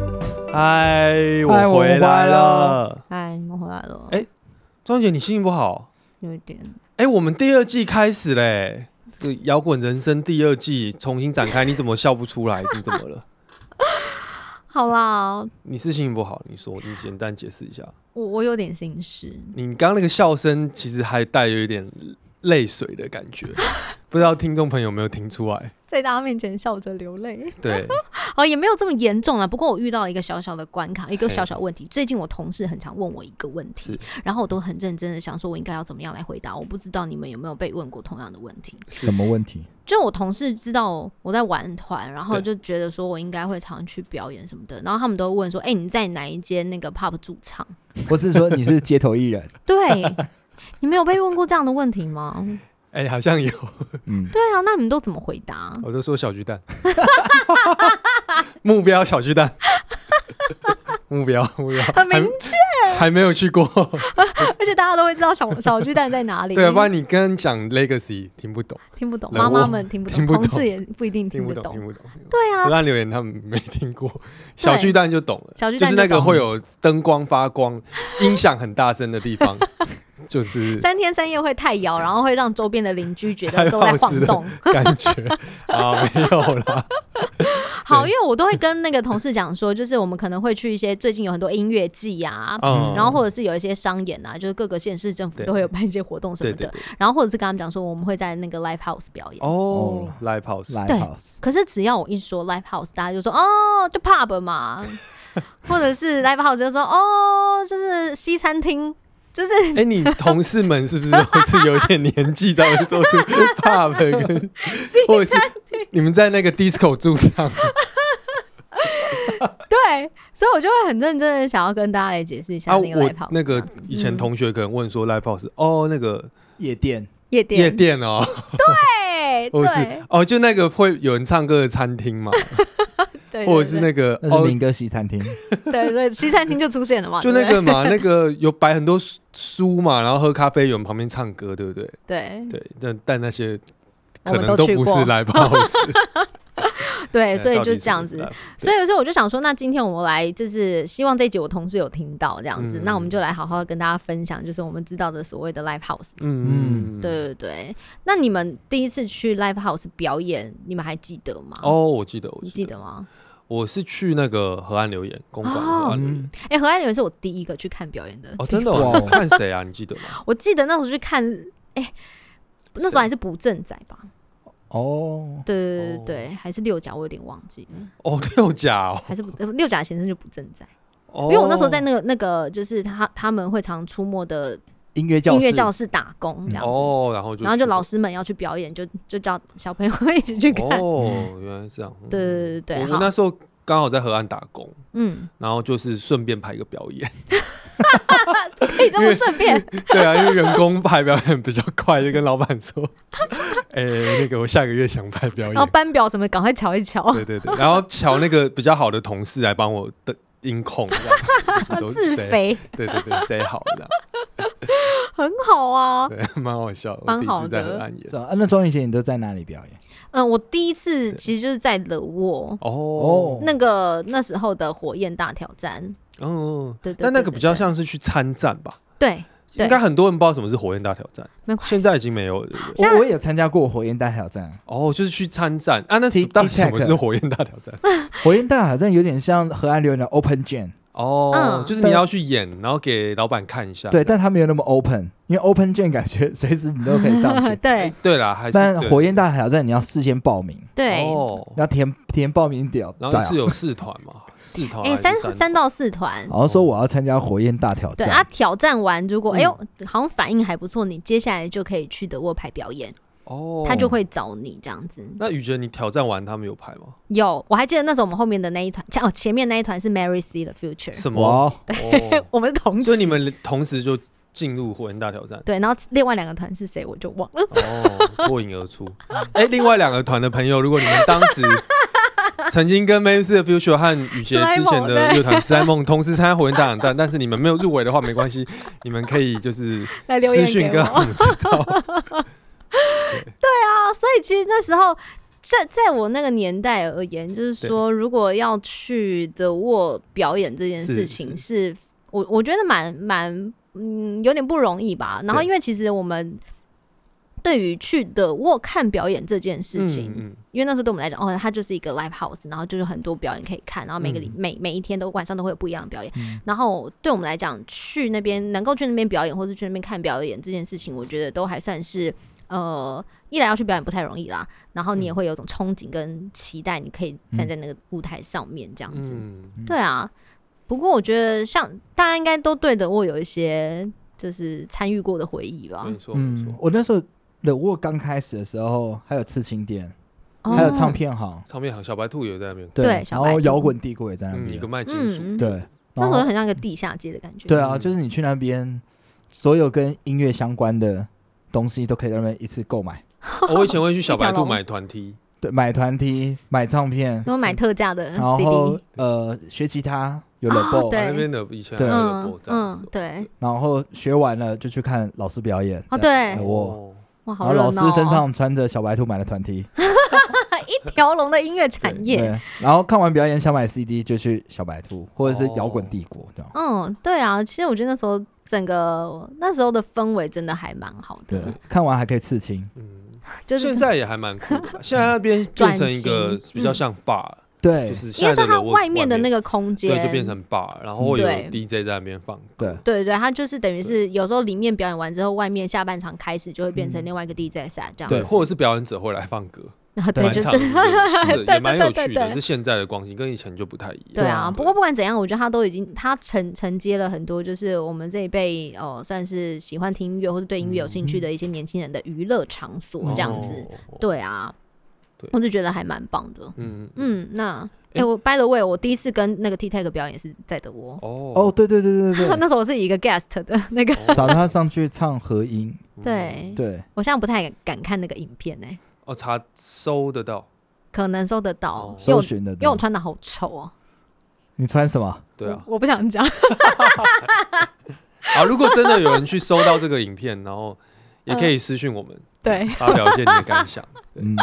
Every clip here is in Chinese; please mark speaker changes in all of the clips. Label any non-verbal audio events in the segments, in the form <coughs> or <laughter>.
Speaker 1: 嗨，
Speaker 2: 嗨
Speaker 1: 哎我
Speaker 2: 我
Speaker 1: 回
Speaker 2: 们
Speaker 1: 来
Speaker 2: 回来了
Speaker 1: 了。
Speaker 3: 哎，你们回来了，
Speaker 1: 哎庄姐，你心情不好？
Speaker 3: 啊有一点
Speaker 1: 哎、我们第二季开始嘞，这摇滚人生第二季重新展开，你怎么笑不出 <laughs> 来？你怎么了？
Speaker 3: 好啦，
Speaker 1: 你是心情不好？你说，你简单解释一下。
Speaker 3: 我我有点心事，
Speaker 1: 你刚刚那个笑声其实还带有一点泪水的感 <laughs> 觉，不知道听众朋友有没有听出来？
Speaker 3: 在大家面前笑着流泪，
Speaker 1: 对，
Speaker 3: 哦，也没有这么严重啦。不过我遇到了一个小小的关卡，一个
Speaker 1: 嘿
Speaker 3: 小小问题。最近我同事很常问我一个问题，然后我都很认真的想说，我应该要怎么样来回答。我不知道你们有没有被问过同样的问题。
Speaker 2: 什么问 <laughs> 题？
Speaker 3: 就我同事知道我在玩团，然后
Speaker 1: 对
Speaker 3: 就觉得说我应该会常去表演什么的，然后他们都会问说：“哎、你在哪一间那个 pub 驻唱
Speaker 2: 或是说你是街头艺人？？”
Speaker 3: <laughs> 对，你们有被问过这样的问题吗？
Speaker 1: 哎、好像 <laughs> 有，
Speaker 2: <laughs> 嗯，
Speaker 3: 对啊，那你们都怎么回答？
Speaker 1: 我都说小巨蛋， <laughs> 目标小巨 <laughs> 蛋，目标目标，
Speaker 3: 很明
Speaker 1: 确，还没有去过。
Speaker 3: <laughs> 而且大家都会知道小 <laughs> 小巨蛋在哪里。
Speaker 1: 对，啊不然你跟讲 legacy 听不懂，
Speaker 3: <laughs> 听不懂，
Speaker 1: 人
Speaker 3: 妈
Speaker 1: 物
Speaker 3: 妈们听不懂，
Speaker 1: 听不懂
Speaker 3: 同事也不一定
Speaker 1: 听不
Speaker 3: 不
Speaker 1: 懂，听
Speaker 3: 懂。
Speaker 1: 不懂。听不懂
Speaker 3: 对
Speaker 1: 河
Speaker 3: 啊，
Speaker 1: 岸留言他们没听
Speaker 3: <laughs>
Speaker 1: 过，小巨蛋就懂了，
Speaker 3: 小巨
Speaker 1: 就
Speaker 3: 蛋
Speaker 1: 是
Speaker 3: 就
Speaker 1: 那个
Speaker 3: 懂
Speaker 1: 会有灯光发光、音响很大声的
Speaker 3: <laughs>
Speaker 1: 地方，就是
Speaker 3: 三天三夜会太摇，然后会让周边的邻居觉
Speaker 1: 太
Speaker 3: 得
Speaker 1: <laughs>
Speaker 3: 都在
Speaker 1: 耗
Speaker 3: 晃
Speaker 1: 时了
Speaker 3: 动。
Speaker 1: 感
Speaker 3: <laughs>
Speaker 1: 觉啊没有啦。
Speaker 3: 好，因为我都会跟那个同事讲说，就是我们可能会去一些最近有很多音乐季
Speaker 1: <laughs>
Speaker 3: 呀、啊。
Speaker 1: <laughs> 嗯
Speaker 3: 然后或者是有一些商演啊，就是各个县市政府
Speaker 1: 对
Speaker 3: 都会有办一些活动什
Speaker 1: 对
Speaker 3: 么
Speaker 1: 对
Speaker 3: 的。
Speaker 1: 对，
Speaker 3: 然后或者是跟他们讲说，我们会在那个 live house 表演。
Speaker 1: 哦，live house，
Speaker 2: 来
Speaker 3: 对
Speaker 2: house
Speaker 3: 可是只要我一说 live house，大家就说哦，就 pub
Speaker 1: <laughs>
Speaker 3: 嘛，或者是 live house 就说哦，就是西餐厅，就是
Speaker 1: 哎，你同事们是不是都是有点年纪才会说出
Speaker 3: <laughs>
Speaker 1: pub 跟，或者是你们在那个 disco
Speaker 3: <laughs>
Speaker 1: 住上？
Speaker 3: 对，所以我就会很认真的想要跟大家来解释一下
Speaker 1: 啊，
Speaker 3: 那个 live
Speaker 1: 我
Speaker 3: house
Speaker 1: 那
Speaker 3: 这
Speaker 1: 个
Speaker 3: 样子
Speaker 1: 以前
Speaker 3: 嗯
Speaker 1: 同学可能问说 live house，哦，那个
Speaker 2: 夜店，
Speaker 3: 夜店，
Speaker 1: 夜店哦，
Speaker 3: 对
Speaker 1: 或是
Speaker 3: 对
Speaker 1: 哦，就那个会有人唱歌的餐厅
Speaker 3: <laughs>
Speaker 1: 嘛，
Speaker 3: 对，
Speaker 1: 或者是那个
Speaker 2: 那是
Speaker 1: 哦，
Speaker 2: 民歌西餐厅，
Speaker 3: 对对对西餐厅就出现了嘛，
Speaker 1: 就
Speaker 3: 对
Speaker 1: 那
Speaker 3: 啊不对
Speaker 1: 个嘛，那个有摆很多书书嘛，然后喝咖啡，有人旁边唱歌，对不对？
Speaker 3: 对
Speaker 1: 对，但但那些
Speaker 3: 嗯我
Speaker 1: 可
Speaker 3: 们
Speaker 1: 能
Speaker 3: 都去
Speaker 1: 不是
Speaker 3: 过
Speaker 1: live house，
Speaker 3: <laughs> 对，所以
Speaker 1: 到底
Speaker 3: 就是这样
Speaker 1: 不是
Speaker 3: 子
Speaker 1: live。
Speaker 3: 所以有时候我就想说，那今天我们来就是希望这一集我同事有听到这样子，
Speaker 1: 嗯
Speaker 3: 那我们就来好好地跟大家分享，就是我们知道的所谓的 live house。
Speaker 1: 嗯嗯，。
Speaker 3: 对对对，那你们第一次去 live house 表演，你们还记得吗？，
Speaker 1: 哦，我记得，我
Speaker 3: 你
Speaker 1: 记
Speaker 3: 记
Speaker 1: 得，
Speaker 3: 得吗？
Speaker 1: 我是去那个河岸留言公馆的河
Speaker 3: 哦
Speaker 1: 岸留言。
Speaker 3: 哎、何安你们是我第一个去看表演的
Speaker 1: 哦，真的哦，
Speaker 2: 嗯哇
Speaker 1: 你看谁啊？你记得吗？
Speaker 3: 我记得那时候去看，哎、那时候还是不正仔吧？
Speaker 2: 哦，
Speaker 3: 对对对
Speaker 1: 哦
Speaker 3: 对对、还是六甲，我有点忘记了，
Speaker 1: 哦，六甲哦，
Speaker 3: 还是不呃六甲先生就不正仔，
Speaker 1: 哦
Speaker 3: <laughs> 因为我那时候在那个那个就是他他们会常出没的
Speaker 2: 音乐教
Speaker 3: 音
Speaker 2: 室，
Speaker 3: 乐教室打工这样子。
Speaker 1: 哦，然后就
Speaker 3: 然后就
Speaker 1: 去
Speaker 3: 老师们要去表演，就就叫小朋友一起去看。
Speaker 1: 哦，原来是这样。嗯
Speaker 3: 对对对对，
Speaker 1: 我
Speaker 3: 好
Speaker 1: 们，那时候刚好在河岸打工，
Speaker 3: 嗯， <laughs>
Speaker 1: 然后就是顺便排一个表演。
Speaker 3: 可哎以这么顺便，
Speaker 1: <laughs> 对啊，因为员工排表演比较快，就跟老板说：“ <laughs> 哎、那个我下个月想排表
Speaker 3: 然后
Speaker 1: 演。
Speaker 3: 班表什么赶快瞧一瞧”，
Speaker 1: 对对对，然后瞧那个比较好的同事来帮我的音控，
Speaker 3: <laughs>
Speaker 1: 这样子就是都
Speaker 3: 自
Speaker 1: 谁
Speaker 3: 肥
Speaker 1: 对对对，谁好这样，
Speaker 3: 很好啊。
Speaker 1: 对，蛮好笑的。
Speaker 3: 蛮好
Speaker 1: 我第一次在河
Speaker 3: 的
Speaker 1: 岸演
Speaker 2: 是。啊，那庄宇姐你都在哪里表演？
Speaker 3: 嗯，我第一次
Speaker 1: 对
Speaker 3: 其实就是在惹沃
Speaker 1: 哦
Speaker 2: 哦，
Speaker 3: 那个那时候的火焰大挑战，
Speaker 1: 嗯，
Speaker 3: 对对对
Speaker 1: 但那个
Speaker 3: 对
Speaker 1: 比较
Speaker 3: 对
Speaker 1: 像是去参战吧，
Speaker 3: 对，
Speaker 1: 应该很多人不知道什么是火焰大挑战，
Speaker 3: 没关系。
Speaker 1: 现在已经没有了。对不对
Speaker 2: 我我也有参加过火焰大挑战，
Speaker 1: 哦，就是去参战啊，那
Speaker 2: Tic-
Speaker 1: 到底什么
Speaker 2: Tic-Tac
Speaker 1: 是火焰大挑战？
Speaker 2: 火焰大挑战有点像河岸留言的 open jam，
Speaker 1: 哦，
Speaker 3: 嗯
Speaker 1: 就是你要去演，然后给老板看一下。
Speaker 2: 对，但它没有那么 open，因为 open jam 感觉随时你都可以上
Speaker 3: <laughs>
Speaker 2: 去，
Speaker 3: 对
Speaker 1: 对啦，还是
Speaker 2: 但
Speaker 1: 对
Speaker 2: 火焰大挑战你要事先报名，
Speaker 3: 对，
Speaker 1: 哦，
Speaker 2: 要填填报名表，
Speaker 1: 然后一
Speaker 2: 表
Speaker 1: 次有四团嘛，
Speaker 2: 啊
Speaker 1: 四团
Speaker 3: 哎、
Speaker 1: 还是
Speaker 3: 三
Speaker 1: 团
Speaker 3: 三到四团。
Speaker 1: 哦
Speaker 2: 然后说我要参加火焰大挑
Speaker 3: 对啊，
Speaker 2: 战，
Speaker 3: 挑战完如果、哎呦，
Speaker 1: 嗯
Speaker 3: 好像反应还不错，你接下来就可以去德沃牌表演，
Speaker 1: 哦，
Speaker 3: 他就会找你这样子。
Speaker 1: 那宇哲，你挑战完他们有排吗？
Speaker 3: 有，我还记得那时候我们后面的那一团，前哦前面那一团是 Mary C 的 Future，
Speaker 1: 什么？
Speaker 2: 哇，
Speaker 1: 哦
Speaker 3: 我们是同期
Speaker 1: 所以你们同时就进入火焰大挑
Speaker 3: <laughs>，
Speaker 1: 战
Speaker 3: 对，然后另外两个团是谁我就忘 <laughs> 了。
Speaker 1: 哦，脱颖而出。哎，另外两个团的朋友，如果你们当
Speaker 3: <laughs>
Speaker 1: 时曾经跟 m a v s 的 Future 和宇杰之前
Speaker 3: 史莱
Speaker 1: 的
Speaker 3: 蒙
Speaker 1: 乐团之爱梦同时参加火焰大挑战，但是你们没有入围的话，没关系，你们可以就是
Speaker 3: 来留言
Speaker 1: 私
Speaker 3: 给
Speaker 1: 讯
Speaker 3: 我。
Speaker 1: 跟我们知道。
Speaker 3: 啊，所以其实那时候在在我那个年代而言，就是说，如果要去的沃表演这件事情是，我我觉得蛮蛮嗯有点不容易吧。然后，
Speaker 1: 对
Speaker 3: 因为其实我们对于去的沃看表演这件事情，
Speaker 1: 嗯
Speaker 3: 因为那时候对我们来讲，哦，它就是一个 live house，然后就是很多表演可以看，然后每个礼、
Speaker 1: 嗯
Speaker 3: 每每一天都晚上都会有不一样的表演。
Speaker 2: 嗯
Speaker 3: 然后对我们来讲，去那边能够去那边表演，或是去那边看表演这件事情，我觉得都还算是呃，一来要去表演不太容易啦，然后你也会有种憧憬跟期待，你可以站在那个舞台上面这样子。
Speaker 1: 嗯
Speaker 3: 对啊，不过我觉得像大家应该都对的，我有一些就是参与过的回忆吧
Speaker 1: 嗯，。没错没
Speaker 2: 嗯，
Speaker 1: 错，
Speaker 2: 我那时候冷沃刚开始的时候，还有刺青店，
Speaker 3: 哦
Speaker 2: 还有唱片行，
Speaker 1: 唱片好小白兔也在那边，
Speaker 3: 对小
Speaker 2: 然
Speaker 3: 白
Speaker 2: 后
Speaker 3: 兔
Speaker 2: 摇滚帝国也在那
Speaker 1: 嗯，一个
Speaker 2: 边，
Speaker 1: 卖金
Speaker 3: <laughs>
Speaker 1: 属，
Speaker 3: 嗯，
Speaker 2: 对，
Speaker 3: 那
Speaker 2: 然
Speaker 3: 时
Speaker 2: 后
Speaker 3: 候很像一个地下街的感觉。
Speaker 2: 对啊，
Speaker 1: 嗯
Speaker 2: 就是你去那边，所有跟音乐相关的东西都可以在那边一次购买，
Speaker 1: 哦我以前会去小白
Speaker 3: 一条
Speaker 1: 兔
Speaker 3: 龙
Speaker 1: 买团体，
Speaker 2: 对，买团体、买唱片，
Speaker 3: 然后买特价的
Speaker 2: 嗯然后
Speaker 3: CD，
Speaker 2: 呃学吉他有 l e
Speaker 3: 哦对
Speaker 1: 那边的以前还
Speaker 2: 对
Speaker 1: 有
Speaker 3: 嗯
Speaker 1: 火葬
Speaker 3: 嗯，对，
Speaker 2: 然后学完了就去看老师表演，
Speaker 3: 哦
Speaker 2: 这样
Speaker 3: 对
Speaker 2: 哎我。
Speaker 1: 哦，
Speaker 3: 哇，
Speaker 2: 然
Speaker 3: 好
Speaker 2: 后
Speaker 3: 热闹、
Speaker 2: 老
Speaker 3: 哦！
Speaker 2: 师身上穿着小白兔买的团
Speaker 3: <laughs>
Speaker 2: 体，
Speaker 3: 一条龙的音乐产业。
Speaker 2: 对，然后看完表演想买 CD 就去小白兔或者是
Speaker 1: 哦
Speaker 2: 摇滚帝国这样，
Speaker 3: 嗯，对啊，其实我觉得那时候整个那时候的氛围真的还蛮好
Speaker 2: 对
Speaker 3: 的，，
Speaker 2: 看完还可以刺青，
Speaker 1: 嗯，
Speaker 3: 就是
Speaker 1: 现在也还蛮酷的吧，现在那边变成一个
Speaker 3: 转型嗯
Speaker 1: 比较像 bar，
Speaker 2: 对
Speaker 1: 就，是
Speaker 3: 应该说它
Speaker 1: 外
Speaker 3: 外面的那
Speaker 1: 个
Speaker 3: 个空间，
Speaker 1: 对，就变成 bar，然后有
Speaker 3: 对
Speaker 1: DJ 在那边放歌，
Speaker 3: 对对，它就是等于是有时候里面表演完之后，外面下半场开始就会变
Speaker 2: 嗯
Speaker 3: 成另外一个 DJ 赛这样
Speaker 1: 对，
Speaker 3: 子。 <laughs>
Speaker 1: 或者是表演者会来放歌，
Speaker 3: 啊
Speaker 2: 对
Speaker 3: 对，就
Speaker 1: 蛮
Speaker 3: 这 <laughs>
Speaker 1: 唱的，是
Speaker 3: 对
Speaker 1: 也蛮有
Speaker 3: 对对
Speaker 1: 趣
Speaker 3: 对
Speaker 1: 的，
Speaker 3: 对
Speaker 1: 是现在的光景跟以前就不太一样。
Speaker 3: 对
Speaker 2: 对
Speaker 3: 啊，
Speaker 2: 啊
Speaker 3: 不过不管怎样，我觉得他都已经他承承接了很多，就是我们这一辈哦、呃算是喜欢听音乐或者对音乐有兴趣的一些年轻人的娱乐场所这样子。
Speaker 1: 哦，
Speaker 3: 对啊，
Speaker 1: 对
Speaker 3: 我就觉得还蛮棒的。
Speaker 1: 嗯嗯，
Speaker 3: 嗯，那哎、
Speaker 1: 诶
Speaker 3: 我 by the way，我第一次跟那个 T Tag 表演是在德国，
Speaker 1: 哦
Speaker 2: 哦，对对对对对
Speaker 3: <laughs> 那时候我是以一个 guest 的那个，
Speaker 2: <laughs> 对，找他上去唱和音，
Speaker 1: 嗯，
Speaker 3: 对，
Speaker 2: 对，
Speaker 3: 我现在不太敢看那个影片哎、
Speaker 1: 哦，查收得到，
Speaker 3: 可能收得到
Speaker 1: 哦，
Speaker 3: 因为
Speaker 2: 搜
Speaker 3: 我
Speaker 2: 寻的
Speaker 3: 因为我
Speaker 2: 东西，
Speaker 3: 穿的好丑哦、
Speaker 2: 你穿什么？
Speaker 1: 对啊，
Speaker 3: 我，我不想
Speaker 1: <laughs>
Speaker 3: 讲，
Speaker 1: 啊，如果真的有人去收到这个影片，然后也可以私讯我们，
Speaker 3: 对
Speaker 1: 发表一些你的感想。
Speaker 2: 嗯，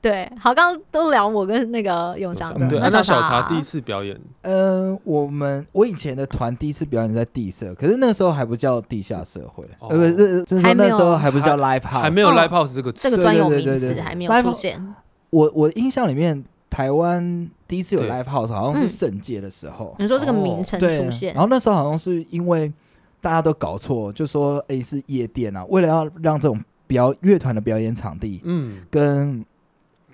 Speaker 3: 对，好，刚刚都聊 <laughs> 我跟那个永祥的，
Speaker 2: 嗯
Speaker 1: 对，啊
Speaker 3: 那
Speaker 1: 那
Speaker 3: 小
Speaker 1: 小
Speaker 3: 茶
Speaker 1: 茶第一次表演，
Speaker 2: 呃，我们我以前的团第一次表演在地社，可是那时候还不叫地下社会，
Speaker 1: 哦
Speaker 2: 呃，不是，呃就是说
Speaker 3: 还没
Speaker 2: 那
Speaker 3: 有
Speaker 2: 时候还不叫 live house，
Speaker 1: 还没有
Speaker 3: 哦
Speaker 1: live house 这个词
Speaker 3: 这个专有
Speaker 2: 对对
Speaker 3: 名
Speaker 2: 对
Speaker 3: 词
Speaker 2: 对对
Speaker 3: 还没有
Speaker 2: 来吧
Speaker 3: 出现，
Speaker 2: 我我印象里面，台湾第一次有
Speaker 1: 对
Speaker 2: live house 好像
Speaker 3: 嗯
Speaker 2: 是圣界的时候，
Speaker 3: 你说这个
Speaker 1: 哦
Speaker 3: 名称
Speaker 2: 对
Speaker 3: 出，现
Speaker 2: 然，后那时候好像是因为大家都搞错，就说诶是夜店啊，为了要让这种表乐团的表演场地
Speaker 1: 嗯
Speaker 2: 跟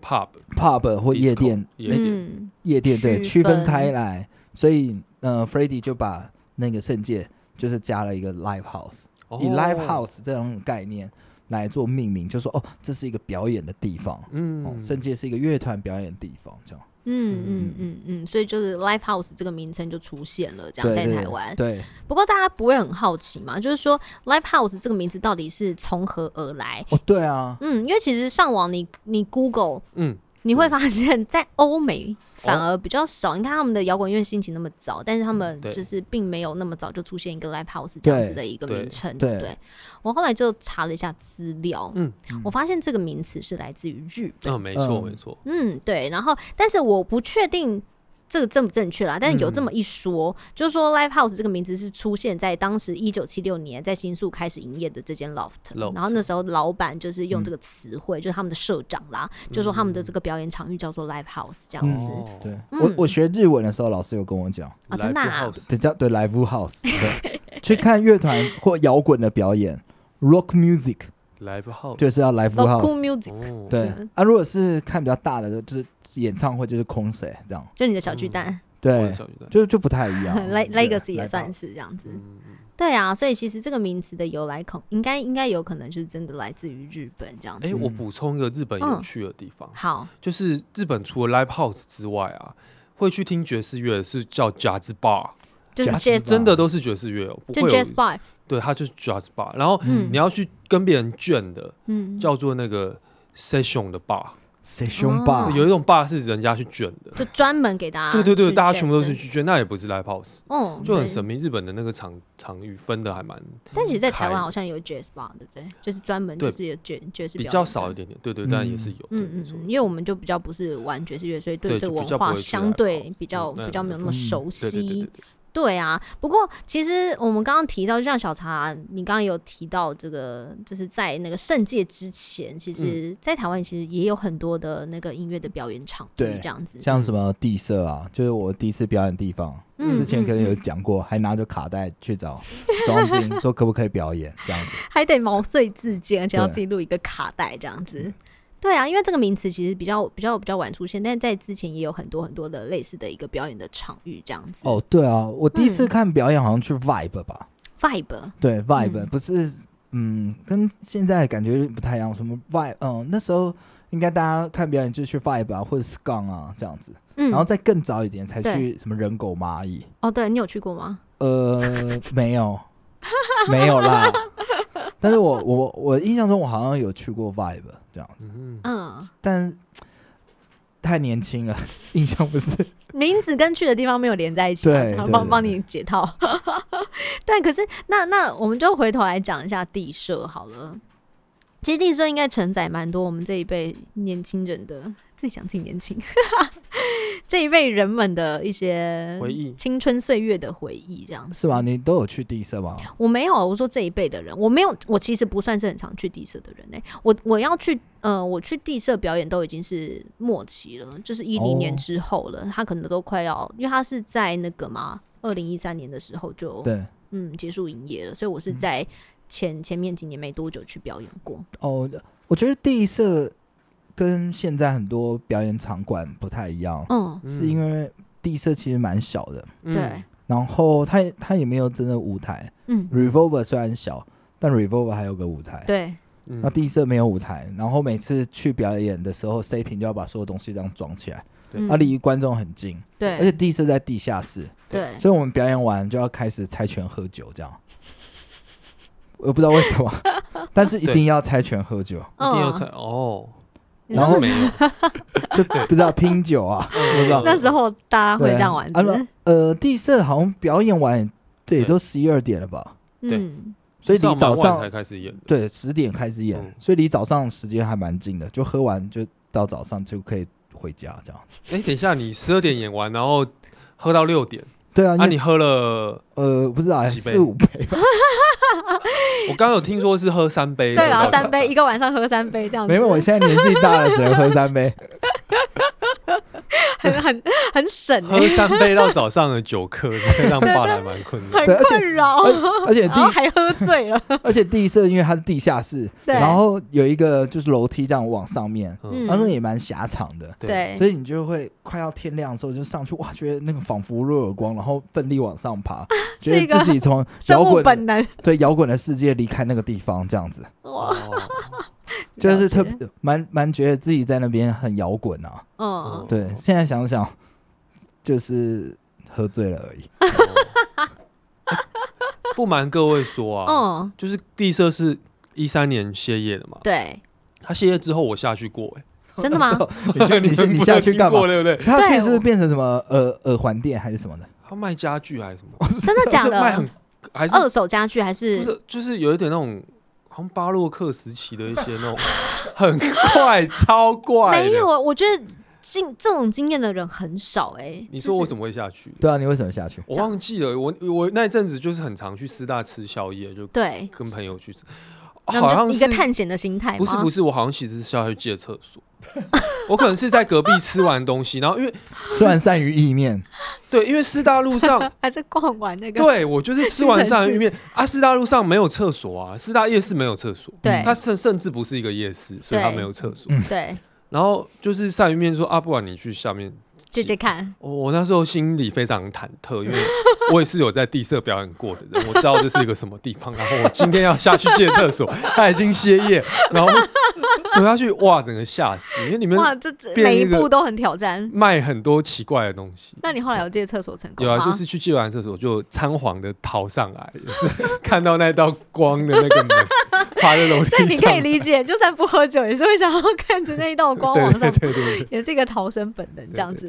Speaker 1: ，pub
Speaker 2: pub 或夜店
Speaker 1: Disco，夜
Speaker 2: 那
Speaker 1: 店
Speaker 3: 嗯，
Speaker 2: 夜店对
Speaker 3: 区
Speaker 2: 区
Speaker 3: 分
Speaker 2: 分开来，所以呃 f r e d d y 就把那个圣界就是加了一个 live house，
Speaker 1: 哦
Speaker 2: 以 live house 这种概念来做命名，就说哦这是一个表演的地方，哦
Speaker 1: 嗯，
Speaker 2: 圣界是一个乐团表演的地方，这样
Speaker 3: 嗯嗯
Speaker 1: 嗯
Speaker 3: 嗯嗯，所以就是 live house 这个名称就出现了，这样
Speaker 2: 对
Speaker 3: 在
Speaker 2: 对
Speaker 3: 台湾。
Speaker 2: 对。
Speaker 3: 不过大家不会很好奇嘛，就是说 live house 这个名字到底是从何而来？
Speaker 2: 哦，对啊，
Speaker 3: 嗯，因为其实上网你你 Google
Speaker 1: 嗯，
Speaker 3: 你会发现，在欧美反而比较少。你看他们的摇滚乐兴起那么早，但是他们
Speaker 1: 对
Speaker 3: 就是并没有那么早就出现一个 live house 这样子的一个名称，对
Speaker 2: 对
Speaker 3: 不对？我后来就查了一下资料，
Speaker 1: 嗯
Speaker 3: 我发现这个名词是来自于日本。
Speaker 1: 啊那没错
Speaker 2: 嗯
Speaker 1: 没错，
Speaker 3: 嗯，对。然后，但是我不确定这个正不正确啦，但是
Speaker 1: 嗯
Speaker 3: 有这么一说，就是说 Live House 这个名字是出现在当时一九七六年在新宿开始营业的这间 loft，,
Speaker 1: Loft 嗯
Speaker 3: 然后那时候老板就是用这个词汇，就是他们的社长啦，就说他们的这个表演场域叫做 Live House 这样子。
Speaker 1: 嗯哦
Speaker 2: 对
Speaker 3: 嗯
Speaker 2: 我我学日文的时候，老师有跟我讲，
Speaker 3: 啊真的啊
Speaker 1: Live house
Speaker 2: 对叫对 live house，对
Speaker 3: <laughs>
Speaker 2: 去看乐团或摇滚的表演，rock music
Speaker 1: live house
Speaker 2: 就是要 live
Speaker 3: Local
Speaker 2: house，
Speaker 3: music，、
Speaker 1: 哦，
Speaker 2: 对
Speaker 3: 是
Speaker 2: 啊，如果是看比较大的，就是演唱会就是空手这样，
Speaker 3: 就你的小巨蛋、
Speaker 1: 我
Speaker 2: 对
Speaker 1: 的，小鱼蛋
Speaker 2: 就就不太
Speaker 3: <laughs>
Speaker 2: 一样
Speaker 3: l e
Speaker 2: 对
Speaker 3: Legacy 也
Speaker 2: live
Speaker 3: 算
Speaker 2: house
Speaker 3: 是这样子。
Speaker 1: 嗯
Speaker 3: 对啊，所以其实这个名词的由来，恐应该应该有可能就是真的来自于日本这样子。
Speaker 1: 哎，我补充一个日本
Speaker 3: 嗯
Speaker 1: 有趣的地方，
Speaker 3: 好，
Speaker 1: 就是日本除了 live house 之外啊，会去听爵士乐的是叫 jazz bar，
Speaker 3: 就是
Speaker 2: Jazz
Speaker 3: jazz，
Speaker 1: 真的都是爵士乐哦，不
Speaker 3: 就
Speaker 1: 会有
Speaker 3: jazz bar，
Speaker 1: 对，它就是 jazz bar，然后
Speaker 3: 嗯
Speaker 1: 你要去跟别人卷的
Speaker 3: 嗯，
Speaker 1: 叫做那个 session 的 bar，
Speaker 2: 谁凶霸？
Speaker 3: 哦
Speaker 1: 有一种霸是人家去卷的，
Speaker 3: 就专门给大家
Speaker 1: 对对对，大家全部都
Speaker 3: 啊去
Speaker 1: 是
Speaker 3: 卷
Speaker 1: 去卷，那也不是 live house，
Speaker 3: 的，嗯，
Speaker 1: 就很
Speaker 3: 对
Speaker 1: 神秘。日本的那个场场域分的还蛮
Speaker 3: 但其实，在台
Speaker 1: 开
Speaker 3: 湾好像有 jazz bar，对不对？就是专门
Speaker 1: 对
Speaker 3: 就是有爵爵士
Speaker 1: 比
Speaker 3: 表
Speaker 1: 较
Speaker 3: 演
Speaker 1: 少
Speaker 3: 的
Speaker 1: 一。点点，对对，
Speaker 2: 嗯
Speaker 1: 但也是有，对
Speaker 3: 嗯
Speaker 1: 没
Speaker 3: 嗯
Speaker 1: 错
Speaker 3: 嗯，因为我们就比较不是玩爵士乐，所以对
Speaker 1: 对
Speaker 3: 这个
Speaker 1: 就比
Speaker 3: 文
Speaker 1: 较不
Speaker 3: 化
Speaker 1: 会去
Speaker 3: 相
Speaker 1: 爱好
Speaker 3: 对比较
Speaker 1: 嗯那
Speaker 3: 比较没有那么
Speaker 2: 嗯
Speaker 3: 熟悉。
Speaker 1: 对对对对对，
Speaker 3: 对啊，不过其实我们刚刚提到，就像小茶，你刚刚有提到这个，就是在那个圣界之前，
Speaker 1: 嗯
Speaker 3: 其实，在台湾其实也有很多的那个音乐的表演场地
Speaker 2: 对
Speaker 3: 这样子。
Speaker 2: 像什么地社啊，就是我第一次表演的地方，
Speaker 3: 嗯
Speaker 2: 之前可能有
Speaker 3: 嗯嗯
Speaker 2: 讲过，还拿着卡带去找 <laughs> 庄金说可不可以表演这样
Speaker 3: <laughs>
Speaker 2: 子。
Speaker 3: 还得毛遂自荐，而且要
Speaker 2: 对
Speaker 3: 自己录一个卡带这样子。对啊，因为这个名词其实比较比较比较晚出现，但在之前也有很多很多的类似的一个表演的场域这样子。
Speaker 2: 哦，对啊，我第一
Speaker 3: 嗯
Speaker 2: 次看表演好像去 Vibe 吧，
Speaker 3: ，vibe，
Speaker 2: 对，vibe、
Speaker 3: 嗯
Speaker 2: 不是，嗯，跟现在感觉不太一样。什么 vibe？嗯，那时候应该大家看表演就去 vibe 啊，或者 scon 啊这样子，
Speaker 3: 嗯，
Speaker 2: 然后再更早一点才
Speaker 3: 对
Speaker 2: 去什么人狗蚂蚁。
Speaker 3: 哦，对你有去过吗？
Speaker 2: 呃， <laughs> 没有，没有啦。但是我我我印象中我好像有去过 vibe 这样子，
Speaker 1: 嗯，
Speaker 2: <laughs>
Speaker 3: 嗯，
Speaker 2: 但太年轻了， <laughs> 印象不是。
Speaker 3: 名字跟去的地方没有连在一起啊，
Speaker 2: 对
Speaker 3: 这样
Speaker 2: 对
Speaker 3: 帮
Speaker 2: 对
Speaker 3: 帮你解套。 <laughs> 对，可是那那我们就回头来讲一下地社好了。其实地社应该承载蛮多我们这一辈年轻人的，自己想自己年轻， <laughs> 这一辈人们的一些
Speaker 1: 回忆
Speaker 3: 青春岁月的回忆这样子。
Speaker 2: 是吗？你都有去地社吗？
Speaker 3: 我没有，我说这一辈的人，我没有，我其实不算是很常去地社的人哎、我我要去，呃，我去地社表演都已经是末期了，就是一
Speaker 2: 哦
Speaker 3: 零年之后了，他可能都快要，因为他是在那个嘛，二零一三年的时候就
Speaker 2: 对，
Speaker 3: 嗯结束营业了，所以我是在前、前面几年没多久去表演过。
Speaker 2: 哦，我觉得地社跟现在很多表演场馆不太一样，
Speaker 3: 嗯，
Speaker 2: 是因为地社其实蛮小的，
Speaker 1: 嗯
Speaker 3: 对，
Speaker 2: 然后它也它也没有真的舞台。
Speaker 3: 嗯，
Speaker 2: Revolver 虽然小，但 Revolver 还有个舞台。
Speaker 3: 对，
Speaker 1: 嗯
Speaker 2: 那地社没有舞台，然后每次去表演的时候，setting 就要把所有东西这样装起来，
Speaker 1: 对
Speaker 2: 它离观众很近，
Speaker 3: 嗯对，
Speaker 2: 啊而且地社在地下室，
Speaker 3: 对，
Speaker 2: 所以我们表演完就要开始猜拳喝酒这样。 <laughs> 我不知道为
Speaker 3: <laughs>
Speaker 2: 什么，但是一定要猜拳喝酒，
Speaker 1: 一定要
Speaker 3: 嗯
Speaker 1: 在哦，
Speaker 3: 你
Speaker 2: 然
Speaker 3: 说
Speaker 2: 后
Speaker 1: 没有，
Speaker 2: 就不知道拼酒啊，
Speaker 1: 不知道
Speaker 3: 嗯那时候大家会
Speaker 2: 对
Speaker 3: 这样玩
Speaker 2: 啊
Speaker 3: 是不是，
Speaker 2: 那呃，地社好像表演完，对，
Speaker 1: 对
Speaker 2: 都十一二点了吧？
Speaker 1: 对
Speaker 3: 嗯，
Speaker 2: 所以
Speaker 1: 到
Speaker 2: 离
Speaker 1: 蛮
Speaker 2: 早
Speaker 1: 晚才
Speaker 2: 上
Speaker 1: 开始演的，
Speaker 2: 对十点开始演，
Speaker 1: 嗯
Speaker 2: 所以离早上时间还蛮近的，就喝完就到早上就可以回家这样。
Speaker 1: 哎，等一下，你十二点演完，然后喝到六点，
Speaker 2: 对啊，因
Speaker 1: 啊，
Speaker 2: 为
Speaker 1: 你喝了，
Speaker 2: 呃不知道
Speaker 1: 几杯
Speaker 2: 四五杯吧，
Speaker 1: 我刚刚有听说是喝三杯，
Speaker 3: 对
Speaker 1: 喝
Speaker 3: 啦，
Speaker 1: 到
Speaker 3: 三杯
Speaker 1: 早
Speaker 3: 一个晚上喝三杯这样子，
Speaker 2: 没有，我现在年纪大了，只能喝三
Speaker 3: <laughs>
Speaker 2: 杯。
Speaker 3: 很很 <laughs> 很省欸
Speaker 1: 上，喝三杯到早上的酒客， <laughs> 这让爸来蛮困
Speaker 3: 很
Speaker 1: 难，
Speaker 2: 对而且
Speaker 3: 困扰，
Speaker 2: 而且
Speaker 3: 然后
Speaker 2: 地
Speaker 3: 还喝醉了。
Speaker 2: 而且地社因为它是地下室，
Speaker 3: 对
Speaker 2: 然后有一个就是楼梯这样往上面，
Speaker 1: 嗯，
Speaker 2: 然后那也蛮狭长的。
Speaker 1: 对，
Speaker 2: 所以你就会快要天亮的时候就上去，哇，觉得那个仿佛若有光，然后奋力往上
Speaker 3: <laughs>
Speaker 2: 爬，觉
Speaker 3: 是一
Speaker 2: 得
Speaker 3: 个
Speaker 2: 自己从摇
Speaker 3: 生物
Speaker 2: 滚
Speaker 3: 本能，
Speaker 2: 对摇滚的世界离开那个地方，这样子，
Speaker 3: 哇，
Speaker 1: 哦 <laughs>
Speaker 2: 就是特
Speaker 3: 了解
Speaker 2: 别蛮蛮觉得自己在那边很摇滚啊。
Speaker 1: 哦
Speaker 3: 嗯，
Speaker 2: 对，现在想想就是喝醉了而已。
Speaker 1: 哦不瞒各位说啊，
Speaker 3: 嗯，
Speaker 1: 就是地社是一三年歇业的嘛，
Speaker 3: 对，
Speaker 1: 他歇业之后我下去过，哎，
Speaker 3: 真
Speaker 2: <laughs>
Speaker 3: 的吗？
Speaker 2: 你就你你下去
Speaker 1: <laughs>
Speaker 2: 干嘛？
Speaker 1: 对不对？
Speaker 2: 他
Speaker 3: 对
Speaker 2: 去是不
Speaker 3: 我
Speaker 2: 是变成什么呃耳环店还是什么的？
Speaker 1: 他卖家具还是什么？
Speaker 3: 真的哦假
Speaker 1: 是卖
Speaker 3: 的
Speaker 1: 很？还是
Speaker 3: 二手家具还
Speaker 1: 不
Speaker 3: 是
Speaker 1: 是就是有一点那种，好像巴洛克时期的一些那种很怪、超怪。
Speaker 3: 没有？，啊？我觉得经这种经验的人很少哎。
Speaker 1: 你说我
Speaker 3: 么？
Speaker 1: 怎么会下去？
Speaker 2: 对啊，你为什么下去？
Speaker 1: 我忘记了，我我那一阵子就是很常去师大吃宵夜，就
Speaker 3: 对，
Speaker 1: 跟朋友去吃，
Speaker 3: 那
Speaker 1: 哦好
Speaker 3: 我
Speaker 1: 像
Speaker 3: 们就是一个探险的心态吗？
Speaker 1: 不是不
Speaker 3: 是，
Speaker 1: 是，我好像其实是下去借厕所。 <laughs> 我可能是在隔壁吃完东西，然后因为
Speaker 2: 吃完鳝鱼意面，
Speaker 1: 对，因为师大
Speaker 3: <laughs>
Speaker 1: 路上，
Speaker 3: 还是逛完那个。
Speaker 1: 对我就是吃完鳝鱼面啊，师大路上没有厕所啊，师大夜市没有厕所，
Speaker 3: 对
Speaker 1: 它甚甚至不是一个夜市，所以它
Speaker 3: 对
Speaker 1: 没有厕所。
Speaker 3: 对，
Speaker 1: 然后就是鳝鱼面说啊，不然你去下面
Speaker 3: 姐姐看，
Speaker 1: 我我那时候心里非常忐忑，因为我也是有在地社表演过的人，我知道这是一个什么地方。然后我今天要下去借厕所，他已经歇业，然后走下去，哇，整个吓死！因为里面
Speaker 3: 哇，这这
Speaker 1: 变
Speaker 3: 每一
Speaker 1: 一个
Speaker 3: 步都很挑战。
Speaker 1: 卖很多奇怪的东西。
Speaker 3: 那你后来有借厕所成功
Speaker 1: 有
Speaker 3: 吗？
Speaker 1: 啊，就是去借完厕所就仓皇的逃上来，也是看到那道光的那个门，趴
Speaker 3: <laughs>
Speaker 1: 在楼梯
Speaker 3: 所
Speaker 1: 上，
Speaker 3: 以你可以理
Speaker 1: <laughs>
Speaker 3: 解，就算不喝酒，也是会想要看着那一道光往
Speaker 1: 对
Speaker 3: 上
Speaker 1: 对对对对，
Speaker 3: 也是一个逃生本能这样子。
Speaker 1: 对对对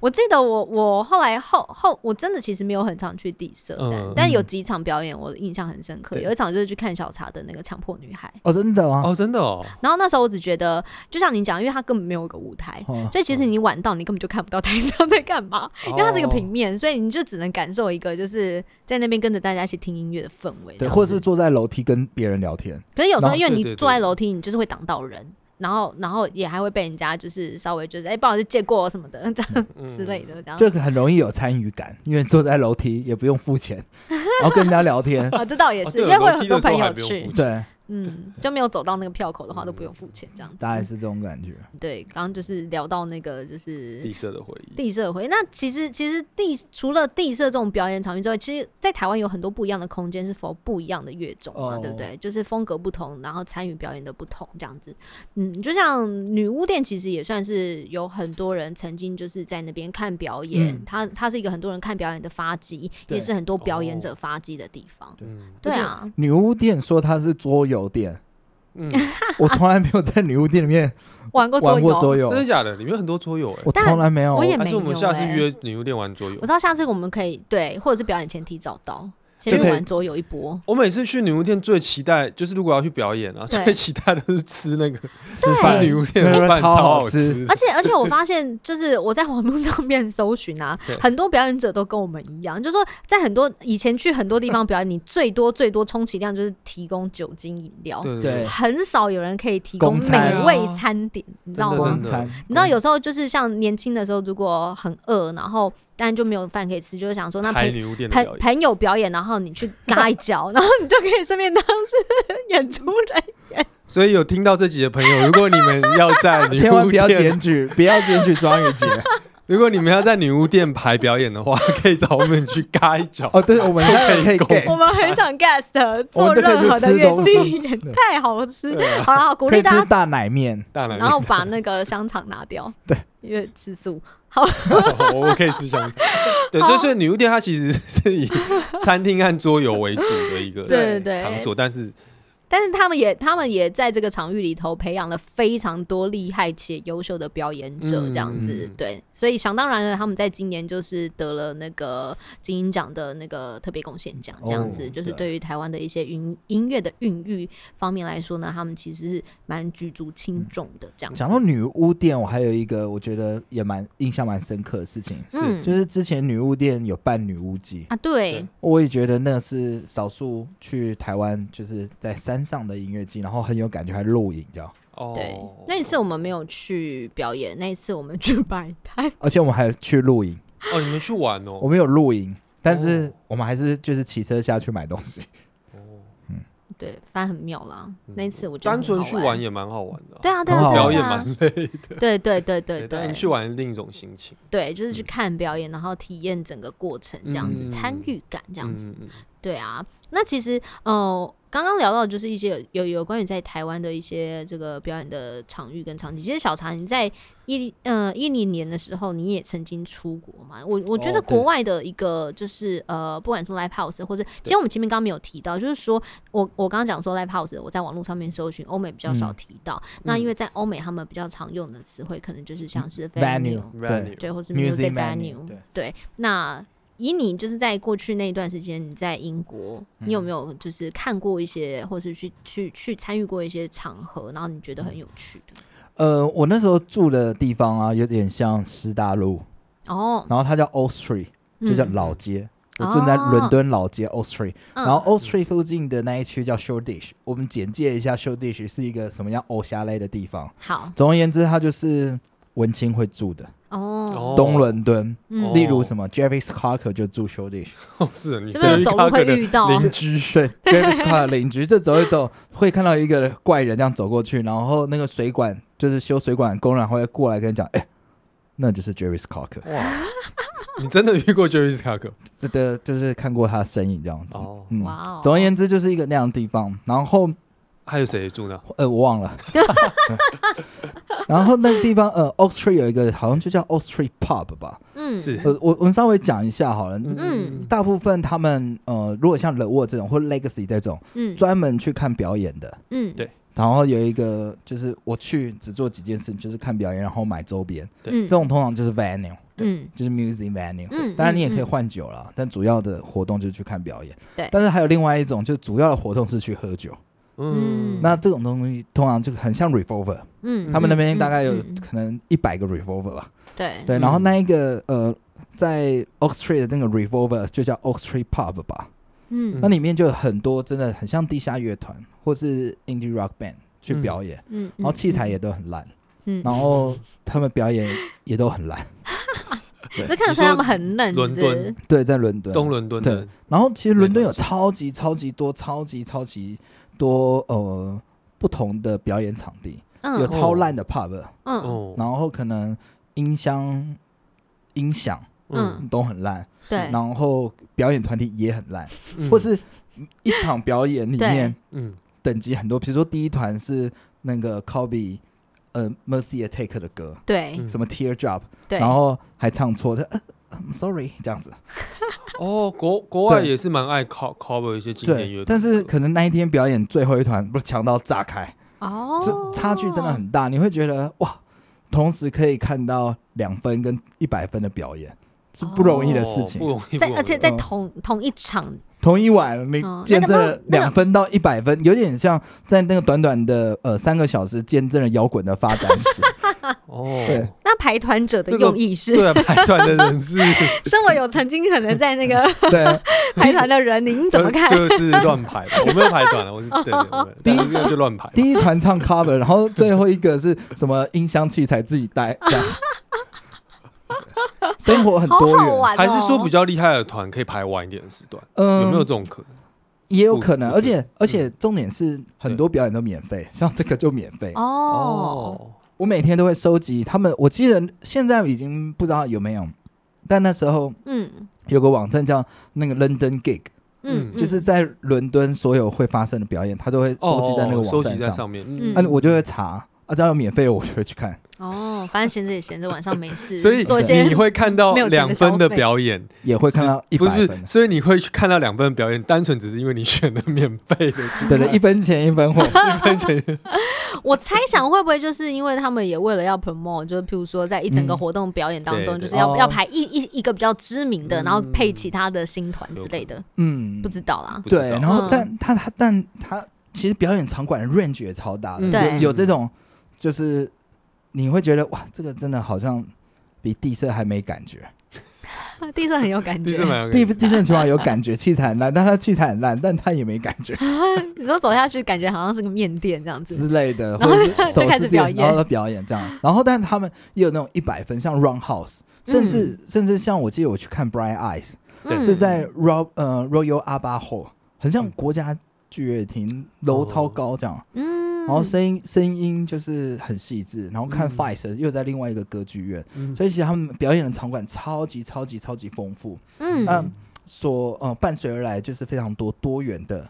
Speaker 3: 我记得我我后来后后我真的其实没有很常去地社，但、
Speaker 1: 嗯
Speaker 3: 但有几场表演我印象很深刻，
Speaker 1: 对
Speaker 3: 有一场就是去看小茶的那个强迫女孩。
Speaker 2: 哦，真的啊，
Speaker 1: 哦，真的哦，
Speaker 3: 然后那时候我只觉得，就像你讲，因为他根本没有一个舞台，
Speaker 2: 哦
Speaker 3: 所以其实
Speaker 1: 嗯
Speaker 3: 你晚到你根本就看不到台上在干嘛，
Speaker 1: 哦
Speaker 3: 因为它是一个平面，所以你就只能感受一个就是在那边跟着大家一起听音乐的氛围。
Speaker 2: 对，或者是坐在楼梯跟别人聊天，
Speaker 3: 可是有时候
Speaker 2: 然后
Speaker 3: 因为
Speaker 1: 对
Speaker 3: 你
Speaker 1: 对对
Speaker 3: 坐在楼梯，你就是会挡到人，然后然后也还会被人家就是稍微就是哎、不好意思借过什么的这样
Speaker 1: 嗯
Speaker 3: 之类的，然后
Speaker 2: 这个很容易有参与感，因为坐在楼梯也不用付
Speaker 3: <laughs>，
Speaker 2: 钱，然后跟人家聊天
Speaker 3: 啊这倒也
Speaker 1: 哦
Speaker 3: 是，
Speaker 1: 对
Speaker 3: 因为
Speaker 1: 楼
Speaker 3: 会有
Speaker 1: 梯
Speaker 3: 很
Speaker 1: 的
Speaker 3: 多
Speaker 1: 时候
Speaker 3: 朋
Speaker 1: 还
Speaker 3: 友
Speaker 1: 不用
Speaker 3: 去
Speaker 1: 付，嗯
Speaker 2: 对，
Speaker 3: 嗯，就没有走到那个票口的话都不用付钱这样子。
Speaker 2: 大概是这种感觉。
Speaker 3: 对，刚刚就是聊到那个就是
Speaker 1: 地色的回忆，
Speaker 3: 地社会。那其实其实地除了地社这种表演场域之外，其实在台湾有很多不一样的空间是否不一样的乐种嘛，
Speaker 2: 哦
Speaker 3: 对不对？就是风格不同，然后参与表演的不同这样子。嗯，就像女巫店其实也算是有很多人曾经就是在那边看表演，
Speaker 2: 嗯
Speaker 3: 它它是一个很多人看表演的发迹，
Speaker 2: 对哦
Speaker 3: 也是很多表演者发迹的地方。
Speaker 1: 嗯
Speaker 3: 对啊，
Speaker 2: 女巫店说它是桌游
Speaker 3: <laughs>
Speaker 2: 店，
Speaker 1: 嗯，
Speaker 2: 我从来没有在女巫店里面
Speaker 3: 玩过
Speaker 2: 玩过桌
Speaker 3: 游。
Speaker 2: 游
Speaker 1: <laughs> 真，的假的？里面很多桌游哎
Speaker 2: 我，从来没有。
Speaker 3: 我也
Speaker 1: 还
Speaker 3: 没
Speaker 1: 是
Speaker 3: 有、
Speaker 1: 我们下次
Speaker 3: 欸
Speaker 1: 约女巫店玩桌游
Speaker 3: 我知？道下次我们可以对，或者是表演前提早到，先
Speaker 2: 就
Speaker 3: 去
Speaker 2: 可以
Speaker 3: 玩桌游一波。
Speaker 1: 我每次去女巫店最期待就是如果要去表演啊，
Speaker 3: 对
Speaker 1: 最期待的是吃那个
Speaker 2: 吃
Speaker 1: 吃
Speaker 2: 饭
Speaker 1: 女巫店的
Speaker 2: 那
Speaker 1: 饭
Speaker 2: 个超
Speaker 1: 好
Speaker 2: 好吃
Speaker 3: <laughs> 而且而且我发现，就是我在网络上面搜寻啊
Speaker 1: 对，
Speaker 3: 很多表演者都跟我们一样，就是说在很多以前去很多地方表演，你最多最多充其量就是提供酒精饮料，
Speaker 1: 对
Speaker 2: 对
Speaker 3: 很少有人可以提供
Speaker 2: 公餐哦
Speaker 3: 美味餐点，你知道
Speaker 1: 真的
Speaker 3: 吗
Speaker 1: 真？
Speaker 2: 晚
Speaker 1: 的
Speaker 2: 餐，
Speaker 3: 你知道有时候就是像年轻的时候，如果很饿，然后当然就没有饭可以吃，就是想说那
Speaker 1: 拍
Speaker 3: 朋
Speaker 1: 女巫店的表
Speaker 3: 朋
Speaker 1: 演，
Speaker 3: 朋友表演，然后你去嘎一脚， <laughs> 然后你就可以顺便当是 <laughs> 演出人。
Speaker 1: 所以有听到这集的朋友，如果你们要
Speaker 2: <laughs>
Speaker 1: 在女
Speaker 2: 千万
Speaker 1: 巫
Speaker 2: 不要
Speaker 1: 店，
Speaker 2: 检举，不要检举庄宇杰。
Speaker 1: 如果你们要在女巫店排表演的话，可以找我们去嘎一脚。
Speaker 2: <laughs> <laughs> 哦，对，我们可以可以
Speaker 1: 可以
Speaker 2: guess
Speaker 3: 我们很想 guest 啊
Speaker 2: 我
Speaker 3: 做
Speaker 2: 们就可以
Speaker 3: 任何的
Speaker 2: 去吃
Speaker 3: 乐
Speaker 2: 东西
Speaker 3: 器，也太好吃。
Speaker 1: 对啊，
Speaker 3: 好了，鼓
Speaker 2: 可
Speaker 3: 励
Speaker 2: 以
Speaker 3: 大
Speaker 2: 吃
Speaker 3: 家，
Speaker 2: 大奶面，
Speaker 1: 大奶
Speaker 3: 然后把那个香肠拿掉，
Speaker 2: 对，
Speaker 3: 因为吃素。
Speaker 1: 哦 <laughs> 我可以吃香肠。对，
Speaker 3: 好
Speaker 1: 就是女巫店，它其实是以餐厅和桌游为主的一个
Speaker 3: 对对
Speaker 1: 场
Speaker 3: 对，
Speaker 1: 所，但是
Speaker 3: 但是他们也他们也在这个场域里头培养了非常多厉害且优秀的表演者，
Speaker 1: 嗯
Speaker 3: 这样子、
Speaker 1: 嗯
Speaker 3: 对，所以想当然了，他们在今年就是得了那个金鹰奖的那个特别贡献奖，这样子、
Speaker 2: 哦
Speaker 3: 就是
Speaker 2: 对
Speaker 3: 对于台湾的一些音音乐的孕育方面来说呢，他们其实是蛮举足
Speaker 2: 嗯
Speaker 3: 轻重的这样子。
Speaker 2: 讲到女巫店，我还有一个我觉得也蛮印象蛮深刻的事情，
Speaker 1: 是
Speaker 3: 嗯
Speaker 2: 就是之前女巫店有办女巫节，
Speaker 3: 啊，对
Speaker 1: 对
Speaker 2: 我也觉得那是少数去台湾就是在山上的音乐季，然后很有感觉，还露营，
Speaker 3: <laughs>
Speaker 2: 这样。
Speaker 1: 哦，
Speaker 3: 对，那一次我们没有去表演，那一次我们去
Speaker 1: <laughs>
Speaker 3: 摆摊。
Speaker 2: 而且我们还去露营，
Speaker 1: 哦，你们去玩
Speaker 2: 我
Speaker 1: 哦，
Speaker 2: 们有露营，但是
Speaker 1: 哦
Speaker 2: 我们还是就是骑车下去买东
Speaker 3: <laughs>
Speaker 2: 西。
Speaker 1: 哦
Speaker 3: 对，反正很妙啦。
Speaker 1: 嗯
Speaker 3: 那一次我觉得
Speaker 1: 单
Speaker 3: 很
Speaker 1: 纯
Speaker 3: 好
Speaker 1: 去
Speaker 3: 玩
Speaker 1: 玩，也蛮好玩的啊。
Speaker 3: 对啊，对啊，对
Speaker 2: 很好
Speaker 3: 啊
Speaker 1: 表
Speaker 3: 对
Speaker 1: 演
Speaker 3: 啊
Speaker 1: 蛮累的，
Speaker 3: 对对
Speaker 1: <laughs>
Speaker 3: 对对
Speaker 1: 但
Speaker 3: 对，
Speaker 1: 是去玩另一种心情，
Speaker 3: 对，就是去看表演，然后体验整个过程，这样子、
Speaker 1: 嗯
Speaker 3: 参与感，这样子。
Speaker 1: 嗯，嗯
Speaker 3: 对啊，那其实呃，刚刚聊到的就是一些有有关于在台湾的一些这个表演的场域跟场景。其实小常你在一呃一零年的时候，你也曾经出国嘛？我我觉
Speaker 2: 哦
Speaker 3: 得
Speaker 2: 对
Speaker 3: 国外的一个就是、呃，不管是 live house 或是，其实我们前面刚刚没有提到，就是说我我刚刚讲说 live house，我在网络上面搜寻，欧美比较少
Speaker 2: 嗯
Speaker 3: 提到。那
Speaker 1: 嗯
Speaker 3: 因为在欧美他们比较常用的词汇，可能就是像是
Speaker 2: Venue，
Speaker 1: 嗯
Speaker 2: 对
Speaker 1: venue
Speaker 3: 对，或是
Speaker 2: Music
Speaker 3: music
Speaker 2: venue，
Speaker 3: venue，
Speaker 2: 对
Speaker 3: 对。那以你就是在过去那一段时间，你在英国，你有没有就是看过一些，或是去去去参与过一些场合，然后你觉得很有趣的？
Speaker 2: 呃，我那时候住的地方啊，有点像师大路，
Speaker 3: 哦，
Speaker 2: 然后它叫 O Street，就叫
Speaker 3: 嗯
Speaker 2: 老街。
Speaker 3: 嗯
Speaker 2: 我住在
Speaker 3: 哦
Speaker 2: 伦敦老街 O Street，、
Speaker 3: 嗯
Speaker 2: 然后 O Street 附近的那一区叫 Shoreditch。我们简介一下 Shoreditch 是一个什么样欧虾类的地方。
Speaker 3: 好
Speaker 2: 总而言之，它就是文青会住的、
Speaker 3: 哦，
Speaker 1: 哦
Speaker 2: 东伦敦。
Speaker 3: 嗯
Speaker 1: 哦，
Speaker 2: 例如什么 Jarvis Cocker 就住 Shoreditch，
Speaker 1: 哦 <laughs> 是啊，你
Speaker 3: 是不是走路会遇到？
Speaker 1: 邻 <laughs> 居？
Speaker 2: 对 Jarvis Cocker 邻居，这走一走会看到一个怪人这样走过去，然后那个水管就是修水管的工人会过来跟你讲，哎、那就是 Jarvis Cocker，
Speaker 1: 哇，你真的遇过 Jerry s c o c k
Speaker 2: 这的就是看过他的身影这样子。
Speaker 1: 哦，
Speaker 2: 嗯，
Speaker 3: 哇哦，
Speaker 2: 总而言之就是一个那样的地方。然后
Speaker 1: 还有谁住呢？
Speaker 2: 呃，我忘了， <laughs> 然后那个地方呃，Oak Street 有一个好像就叫 Oak Street Pub 吧，
Speaker 3: 嗯，
Speaker 1: 是，
Speaker 2: 呃，我我们稍微讲一下好了。
Speaker 3: 嗯
Speaker 2: 大部分他们呃，如果像 The w o r 这种或 Legacy 这种
Speaker 3: 嗯
Speaker 2: 专门去看表演的，
Speaker 3: 嗯
Speaker 1: 对
Speaker 2: 然后有一个就是我去只做几件事，就是看表演，然后买周边。
Speaker 1: 对
Speaker 3: 嗯
Speaker 2: 这种通常就是 venue，
Speaker 3: 嗯
Speaker 2: 就是 music venue。
Speaker 3: 嗯
Speaker 2: 当然你也可以
Speaker 3: 嗯
Speaker 2: 换酒啦，但主要的活动就是去看表演。
Speaker 3: 对
Speaker 2: 但是还有另外一种，就是主要的活动是去喝酒。
Speaker 1: 嗯，
Speaker 2: 那这种东西通常就很像 revolver，
Speaker 3: 嗯，
Speaker 2: 他们那边大概有
Speaker 3: 嗯嗯嗯
Speaker 2: 可能一百个 revolver 吧。
Speaker 3: 对
Speaker 2: 对，
Speaker 1: 嗯
Speaker 2: 然后那一个呃，在 Oak Street 的那个 revolver 就叫 Oak Street Pub 吧，
Speaker 3: 嗯
Speaker 2: 那里面就有很多真的很像地下乐团或是 indie rock band 去
Speaker 1: 嗯
Speaker 2: 表演，
Speaker 3: 嗯，
Speaker 2: 然后器材也都很烂，
Speaker 3: 嗯，
Speaker 2: 然后他们表演也都
Speaker 3: <laughs>
Speaker 2: 很烂。
Speaker 3: 这看得出来他们很嫩，
Speaker 1: 伦
Speaker 3: 是不是
Speaker 1: 敦
Speaker 2: 对，在伦敦，
Speaker 1: 东伦嗯敦的，
Speaker 2: 然后其实
Speaker 1: 没
Speaker 2: 伦敦
Speaker 1: 关
Speaker 2: 有超级超级多、超级超级多呃不同的表演场地，有
Speaker 3: 嗯
Speaker 2: 超烂的 pub，、
Speaker 3: 嗯
Speaker 1: 哦，
Speaker 2: 然后可能音箱、音响
Speaker 3: 嗯
Speaker 2: 都很烂，
Speaker 3: 对，
Speaker 2: 然后表演团体也很烂，
Speaker 1: 嗯
Speaker 2: 或是一场表演里面
Speaker 1: 嗯
Speaker 2: 等级
Speaker 3: <coughs>
Speaker 2: 很多，比如说第一团是那个 Kobe 呃 Mercy Attack 的歌，
Speaker 3: 对
Speaker 1: 嗯
Speaker 2: 什么 Teardrop，
Speaker 3: 对，
Speaker 2: 然后还唱错，他呃呃 I'm sorry 这样子。
Speaker 1: 哦，国国外
Speaker 2: 对
Speaker 1: 也是蛮爱 co- cover 一些经典乐
Speaker 2: 对，
Speaker 1: 团，
Speaker 2: 但是可能那一天表演最后一团不是强到炸开，
Speaker 3: 哦
Speaker 2: 就，差距真的很大，你会觉得哇，同时可以看到两分跟一百分的表演是不容易的事
Speaker 1: 哦
Speaker 2: 情。
Speaker 1: 不容易，
Speaker 3: 在
Speaker 1: 不容易
Speaker 3: 而且在
Speaker 2: 嗯
Speaker 3: 同同一场，
Speaker 2: 同一晚你
Speaker 3: 哦
Speaker 2: 见证
Speaker 3: 那
Speaker 2: 了
Speaker 3: 个那个
Speaker 2: 两分到一百分，有点像在那个短短的呃三个小时见证了摇滚的发展史。对
Speaker 1: <laughs> 哦，
Speaker 3: 那排团者的
Speaker 1: 这个
Speaker 3: 用意是，
Speaker 1: 对啊，排团的人是
Speaker 3: 身为有曾经可能在那个 <laughs>
Speaker 2: 对，
Speaker 3: 排团的人，您 <laughs> 怎么看？
Speaker 1: 呃就是乱
Speaker 3: <laughs>
Speaker 1: 排吧，我没有排团了，我是对对，我没有
Speaker 2: 第一
Speaker 1: 但是就乱排吧，
Speaker 2: 第一团唱 cover，然后最后一个是什么音箱器材自己带，这
Speaker 3: <laughs>
Speaker 2: 样生活很
Speaker 3: 好
Speaker 2: 多
Speaker 3: 好
Speaker 2: 元。
Speaker 3: 玩哦，
Speaker 1: 还是说比较厉害的团可以排晚一点的时段，
Speaker 2: 嗯，
Speaker 1: 有没有这种可能？
Speaker 2: 也有
Speaker 1: 不
Speaker 2: 可能，
Speaker 1: 不嗯
Speaker 2: 而
Speaker 1: 对
Speaker 2: 且而且重点是很多表演都免费，像这个就免费。
Speaker 3: 哦，
Speaker 1: 哦，
Speaker 2: 我每天都会收集他们，我记得现在已经不知道有没有，但那时候
Speaker 3: 嗯
Speaker 2: 有个网站叫那个 London Gig，、
Speaker 1: 嗯
Speaker 3: 嗯，
Speaker 2: 就是在伦敦所有会发生的表演，他都会收集在那个
Speaker 1: 哦
Speaker 2: 网
Speaker 1: 收集
Speaker 2: 站
Speaker 1: 在
Speaker 2: 上。
Speaker 1: 上面，
Speaker 3: 嗯
Speaker 2: 啊，我就会查，啊，只要有免费的我就会去看。
Speaker 3: 哦，反正闲着也闲着，晚上没事，
Speaker 1: <laughs> 所以
Speaker 3: 做一些
Speaker 1: 你会看到
Speaker 3: 没有钱的
Speaker 1: 两分的
Speaker 3: 消费
Speaker 1: 表演，
Speaker 2: 也会看到一
Speaker 1: 不
Speaker 2: 百
Speaker 1: 是
Speaker 2: 分的，，
Speaker 1: 所以你会去看到两分表演，单纯只是因为你选的免费的
Speaker 2: 对对，一分钱一
Speaker 3: <laughs>
Speaker 2: 分货，
Speaker 1: 一分钱，
Speaker 3: 我猜想会不会就是因为他们也为了要 promote，就是譬如说在一整个
Speaker 2: 嗯
Speaker 3: 活动表演当中，
Speaker 1: 对
Speaker 3: 就是
Speaker 2: 对
Speaker 3: 要、
Speaker 2: 哦
Speaker 3: 要排一一一个比较知名的，
Speaker 1: 嗯
Speaker 3: 然后配其他的新团之类的，
Speaker 2: 嗯
Speaker 3: 不，知道
Speaker 1: <laughs>
Speaker 3: 啦。
Speaker 1: 不知道
Speaker 2: 对，然
Speaker 3: 嗯
Speaker 2: 后但他他但他其实表演场馆的 range 也超大的，
Speaker 1: 嗯
Speaker 3: 对
Speaker 2: 有有这种就是你会觉得哇，这个真的好像比地色还没感觉，
Speaker 3: 地色很有感
Speaker 1: 第
Speaker 3: 觉
Speaker 1: 四，蛮有感
Speaker 2: 地
Speaker 1: 觉
Speaker 2: 地
Speaker 3: <laughs>
Speaker 2: 色起码有感觉，器材很烂，但他器材很烂，但他也没感觉
Speaker 3: 你说走下去感觉好像是个面店这样子。
Speaker 2: 之类的，
Speaker 3: 然后
Speaker 2: 或者是
Speaker 3: 就
Speaker 2: 首
Speaker 3: 开
Speaker 2: 饰
Speaker 3: 始
Speaker 2: 店
Speaker 3: 表，演
Speaker 2: 然后他表演这样，然后但他们也有那种一百分，像 Run House，甚
Speaker 3: 嗯
Speaker 2: 至、甚至像我记得我去看 Bright Eyes、
Speaker 3: 嗯
Speaker 1: 对
Speaker 2: 是在 Ro 呃 Royal Abba Hall，很像国家剧乐厅，
Speaker 1: 哦
Speaker 2: 楼超高这样。
Speaker 3: 嗯，
Speaker 2: 然后声音声音就是很细致，然后看
Speaker 1: 嗯
Speaker 2: f i c e 又在另外一个歌剧院，
Speaker 1: 嗯
Speaker 2: 所以其实他们表演的场馆超级超级超级丰富，
Speaker 3: 嗯
Speaker 2: 那所呃伴随而来就是非常多多元的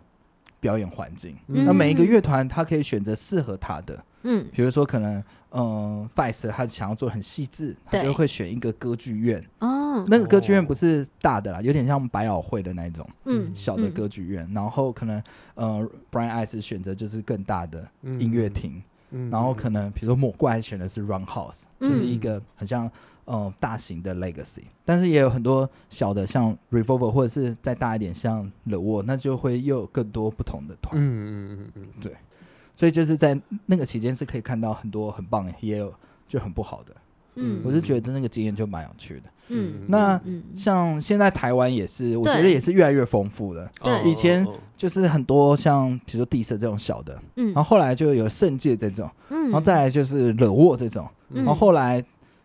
Speaker 2: 表演环境。
Speaker 1: 嗯
Speaker 2: 那每一个乐团它可以选择适合它的，
Speaker 3: 嗯
Speaker 2: 比如说可能嗯 f i c e 他想要做很细致，他
Speaker 3: 对
Speaker 2: 就会选一个歌剧院，
Speaker 3: 哦
Speaker 2: 那个歌剧院
Speaker 1: 哦
Speaker 2: 不是大的啦，有点像百老汇的那一种
Speaker 3: 嗯
Speaker 2: 小的歌剧院，然后可能呃 Brian i c e 选择就是更大的音乐，厅。
Speaker 1: 嗯嗯嗯
Speaker 2: 然后可能比如说魔怪选的是 Run House，、就是嗯
Speaker 3: 嗯
Speaker 2: 一个很像呃大型的 Legacy，但是也有很多小的像 Revolver 或者是再大一点像 The Wall，那就会又有更多不同的团，
Speaker 1: 嗯嗯嗯嗯
Speaker 2: 所以就是在那个期间是可以看到很多很棒，也有就很不好的。
Speaker 3: 嗯
Speaker 2: 我是觉得那个经验就蛮有趣的。
Speaker 3: 嗯
Speaker 2: 那
Speaker 3: 嗯
Speaker 2: 像现在台湾也是，我觉得
Speaker 3: 对
Speaker 2: 也是越来越丰富了，
Speaker 1: 哦
Speaker 3: 对
Speaker 2: 以前
Speaker 1: 哦
Speaker 2: 就是很多像比如说地色这种小的，
Speaker 3: 嗯，
Speaker 2: 然后后来就有圣界这种，
Speaker 3: 嗯，
Speaker 2: 然后再来就是惹沃这种。
Speaker 3: 嗯
Speaker 2: 然后后来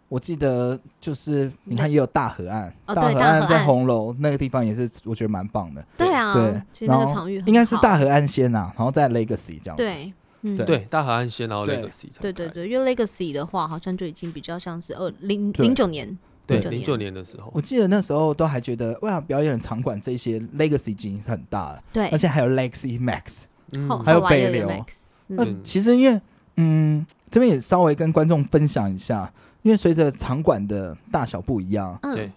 Speaker 2: 我记得就是你看也有大河岸，
Speaker 3: 哦
Speaker 2: 大
Speaker 3: 对
Speaker 2: 河
Speaker 3: 大河
Speaker 2: 岸在
Speaker 3: 岸
Speaker 2: 红楼那个地方也是我觉得蛮棒的，
Speaker 3: 对啊，
Speaker 2: 对
Speaker 3: 其实
Speaker 2: 然
Speaker 3: 那
Speaker 2: 后
Speaker 3: 个场域很
Speaker 2: 应该是
Speaker 3: 好
Speaker 2: 大河岸先啊，然后再 Legacy 这样子。，
Speaker 3: 对。嗯
Speaker 2: 对
Speaker 1: 对大河岸线，然后
Speaker 2: 对
Speaker 1: Legacy 才
Speaker 3: 对对
Speaker 1: 开
Speaker 3: 对，因为 Legacy 的话，好像就已经比较像是二零
Speaker 2: 对
Speaker 3: 零九年，
Speaker 1: 对，零
Speaker 3: 09
Speaker 1: 九年的时候
Speaker 2: 我，记得那时候都还觉得哇，表演场馆这些 Legacy 已经很大了，
Speaker 3: 对
Speaker 2: 而，且还有 Legacy Max。
Speaker 1: 嗯
Speaker 3: 后
Speaker 2: 还有
Speaker 3: 后来
Speaker 2: 北
Speaker 3: 又有
Speaker 2: 流
Speaker 3: Max，
Speaker 2: 那
Speaker 3: 嗯
Speaker 1: 嗯
Speaker 2: 其实因为嗯，这边也稍微跟观众分享一下，因为随着场馆的大小不一样，
Speaker 1: 对
Speaker 3: 嗯，，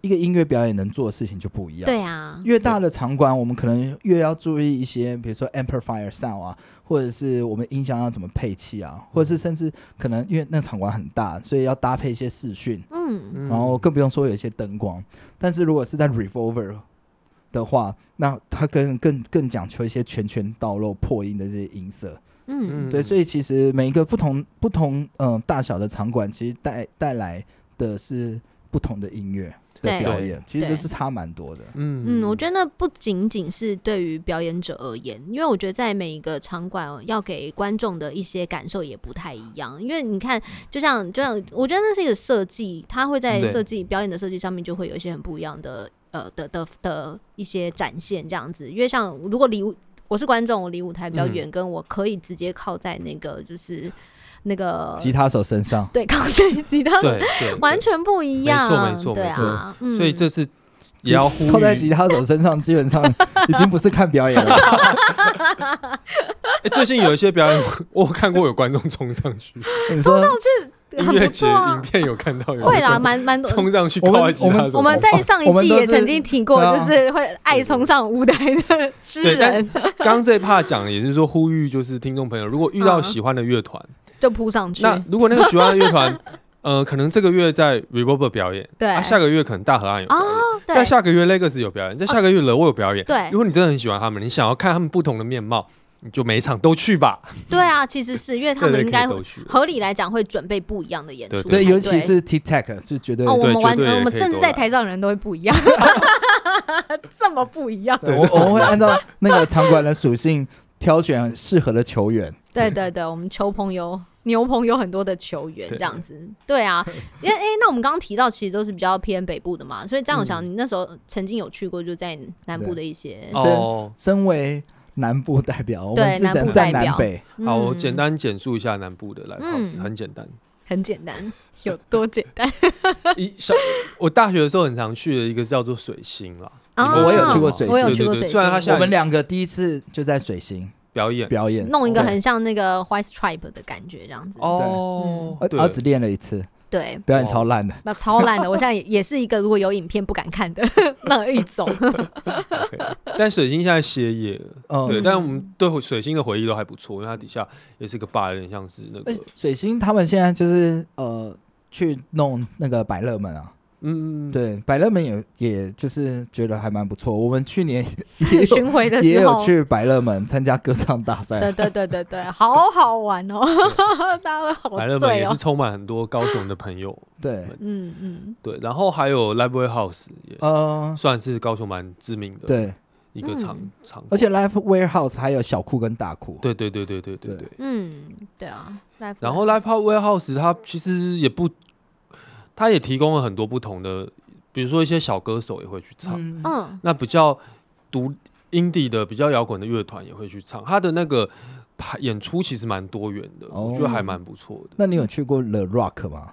Speaker 2: 一个音乐表演能做的事情就不一样。
Speaker 3: 对啊，
Speaker 2: 越大的场馆，我们可能越要注意一些，比如说 amplifier sound 啊，或者是我们音箱要怎么配器啊，或者是甚至可能因为那场馆很大，所以要搭配一些视讯，
Speaker 3: 嗯，
Speaker 2: 然后更不用说有一些灯光。但是如果是在 revolver 的话，那它更更更讲求一些拳拳到肉、破音的这些音色。
Speaker 3: 嗯，
Speaker 2: 对，所以其实每一个不同不同嗯、呃大小的场馆，其实带带来的是不同的音乐的
Speaker 3: 对
Speaker 2: 表演，其实
Speaker 3: 对
Speaker 2: 是差蛮多的。
Speaker 1: 嗯
Speaker 3: 嗯，我觉得那不仅仅是对于表演者而言，因为我觉得在每一个场馆哦要给观众的一些感受也不太一样。因为你看，就像就像，我觉得那是一个设计，它会在
Speaker 1: 对
Speaker 3: 设计表演的设计上面就会有一些很不一样的呃的的的一些展现这样子。因为像如果离舞我是观众，我离舞台比
Speaker 1: 嗯
Speaker 3: 较远，跟我可以直接靠在那个就是那个
Speaker 1: 呃
Speaker 2: 吉他手身上，
Speaker 3: 对靠在吉他 <laughs>
Speaker 1: 对对，
Speaker 3: 完全不一样，
Speaker 1: 没错没错
Speaker 3: 对啊，嗯
Speaker 1: 对所以这是也要呼
Speaker 2: 靠在吉
Speaker 1: 吁。
Speaker 2: 他手身上，基本上已经不是看表演
Speaker 3: <laughs>
Speaker 2: 了。
Speaker 1: 哎，最近有一些表演，我有看过有观众冲上去，
Speaker 3: <laughs>
Speaker 2: 你说
Speaker 1: 音
Speaker 3: 很
Speaker 1: 乐
Speaker 3: 不
Speaker 1: 节
Speaker 3: 错啊
Speaker 1: 影。片有看到有
Speaker 3: 会
Speaker 1: 观
Speaker 3: 啦，
Speaker 1: 众
Speaker 3: 蛮蛮多。
Speaker 1: 冲上去
Speaker 2: 我们
Speaker 1: 靠在吉他手
Speaker 3: 我们在上一
Speaker 2: 我们
Speaker 3: 季
Speaker 2: 都
Speaker 3: 也
Speaker 2: 是
Speaker 3: 曾经提过
Speaker 2: 对，啊
Speaker 3: 就是会爱冲上舞台的诗人
Speaker 1: 刚刚这一趴讲的也是说呼吁，就是听众朋友，如果遇到
Speaker 3: 嗯
Speaker 1: 喜欢的乐团，
Speaker 3: 就扑上去，
Speaker 1: 那如果那个喜欢的乐团，呃，可能这个月在 Reverb 表演，
Speaker 3: 对
Speaker 1: 啊，下个月可能大河岸有表演，
Speaker 3: 哦，对哦
Speaker 1: 在下个月 Legacy 有表演，在下个月惹我有表演。
Speaker 3: 对
Speaker 1: 如果你真的很喜欢他们，你想要看他们不同的面貌，你就每一场都去吧。
Speaker 3: 对啊，其实是因 <laughs> 为他
Speaker 1: 对
Speaker 3: 们
Speaker 1: 对，
Speaker 3: 应
Speaker 1: 可
Speaker 3: 该
Speaker 1: 以都去。
Speaker 3: 合理来讲会准备不一样的演出才，
Speaker 1: 对
Speaker 2: 对，尤其是 T Tech 是绝对
Speaker 3: 哦，我们
Speaker 1: 对
Speaker 3: 完
Speaker 1: 绝对也
Speaker 3: 我们
Speaker 1: 可以
Speaker 3: 甚至
Speaker 1: 都
Speaker 3: 在
Speaker 1: 来
Speaker 3: 台上人都会不一
Speaker 1: <laughs>
Speaker 3: 样，这么不一样，
Speaker 2: 对，我我们会按照那个场馆的属性挑选适合的球员。
Speaker 3: <laughs> 对对对，我们球朋友、牛朋友很多的球员
Speaker 1: 对
Speaker 3: 这样子，对啊，因
Speaker 1: <laughs>
Speaker 3: 为哎、那我们刚刚提到其实都是比较偏北部的嘛，所以张永强，你那时候曾经有去过就在南部的一些，
Speaker 2: 对
Speaker 1: 嗯哦，
Speaker 2: 身为南部代表，我
Speaker 3: 对
Speaker 2: 们是
Speaker 3: 南部
Speaker 2: 在在
Speaker 3: 代表
Speaker 2: 南北，
Speaker 3: 嗯
Speaker 1: 好，我简单简述一下南部的来 i
Speaker 3: 嗯
Speaker 1: v 很简单。
Speaker 3: 很简单， <laughs> 有多简
Speaker 1: <laughs>
Speaker 3: 单？
Speaker 1: 一小我大学的时候很常去的一个叫做水星啦，
Speaker 3: 哦
Speaker 1: 你们
Speaker 2: 我有去过水星
Speaker 3: 我有去过
Speaker 1: 对对
Speaker 3: 水
Speaker 1: 对虽然它现
Speaker 3: 星，
Speaker 1: 在
Speaker 2: 我们两个第一次就在水星
Speaker 1: 表演
Speaker 2: 表演，
Speaker 3: 弄一个
Speaker 2: 对
Speaker 3: 很像那个 White Stripe 的感觉这样子，嗯
Speaker 1: 哦，
Speaker 2: 呃
Speaker 1: 对
Speaker 2: 然后只练了一次，
Speaker 3: 对。
Speaker 2: 表演
Speaker 1: 哦
Speaker 2: 超烂的。
Speaker 3: 那超烂的，我现在也 <laughs> 也是一个如果有影片不敢看的 <laughs> 那一
Speaker 1: <laughs>
Speaker 3: 种。
Speaker 1: OK 但水星现在歇业了，
Speaker 2: 嗯
Speaker 1: 对，但我们对水星的回忆都还不错，因为它底下也是个坝，有点像是那个
Speaker 2: 哎，水星他们现在就是呃去弄那个百乐门啊，
Speaker 1: 嗯，
Speaker 2: 对，百乐门也也就是觉得还蛮不错。我们去 <laughs> 年
Speaker 1: 哎
Speaker 2: 也有
Speaker 3: 巡回的
Speaker 2: 也
Speaker 3: 时
Speaker 2: 有
Speaker 3: 候，
Speaker 2: 去百乐门参加歌唱大赛
Speaker 3: 对，对对对对，好好玩哦， <laughs> 大家会好
Speaker 1: 百乐门
Speaker 3: 醉
Speaker 1: 也
Speaker 3: 哦
Speaker 1: 是。充满很多高雄的朋友，
Speaker 2: 对，
Speaker 3: 嗯嗯，
Speaker 1: 对，然后还有 Library House 也
Speaker 2: 呃，
Speaker 1: 算是高雄蛮知名的
Speaker 2: 对，
Speaker 1: 一个场
Speaker 3: 嗯
Speaker 1: 场馆，
Speaker 2: 而且 Live Warehouse 还有小库跟大库，
Speaker 1: 对对对对对对
Speaker 2: 对
Speaker 1: 对。
Speaker 3: 嗯，对啊。
Speaker 1: 然后 Live Warehouse 它其实也不，它也提供了很多不同的，比如说一些小歌手也会去唱，
Speaker 2: 嗯，
Speaker 3: 嗯，
Speaker 1: 那比较独 indie 的、比较摇滚的乐团也会去唱。它的那个排演出其实蛮多元的，
Speaker 2: 哦
Speaker 1: 我觉得还蛮不错的。
Speaker 2: 那你有去过 The Rock 吗？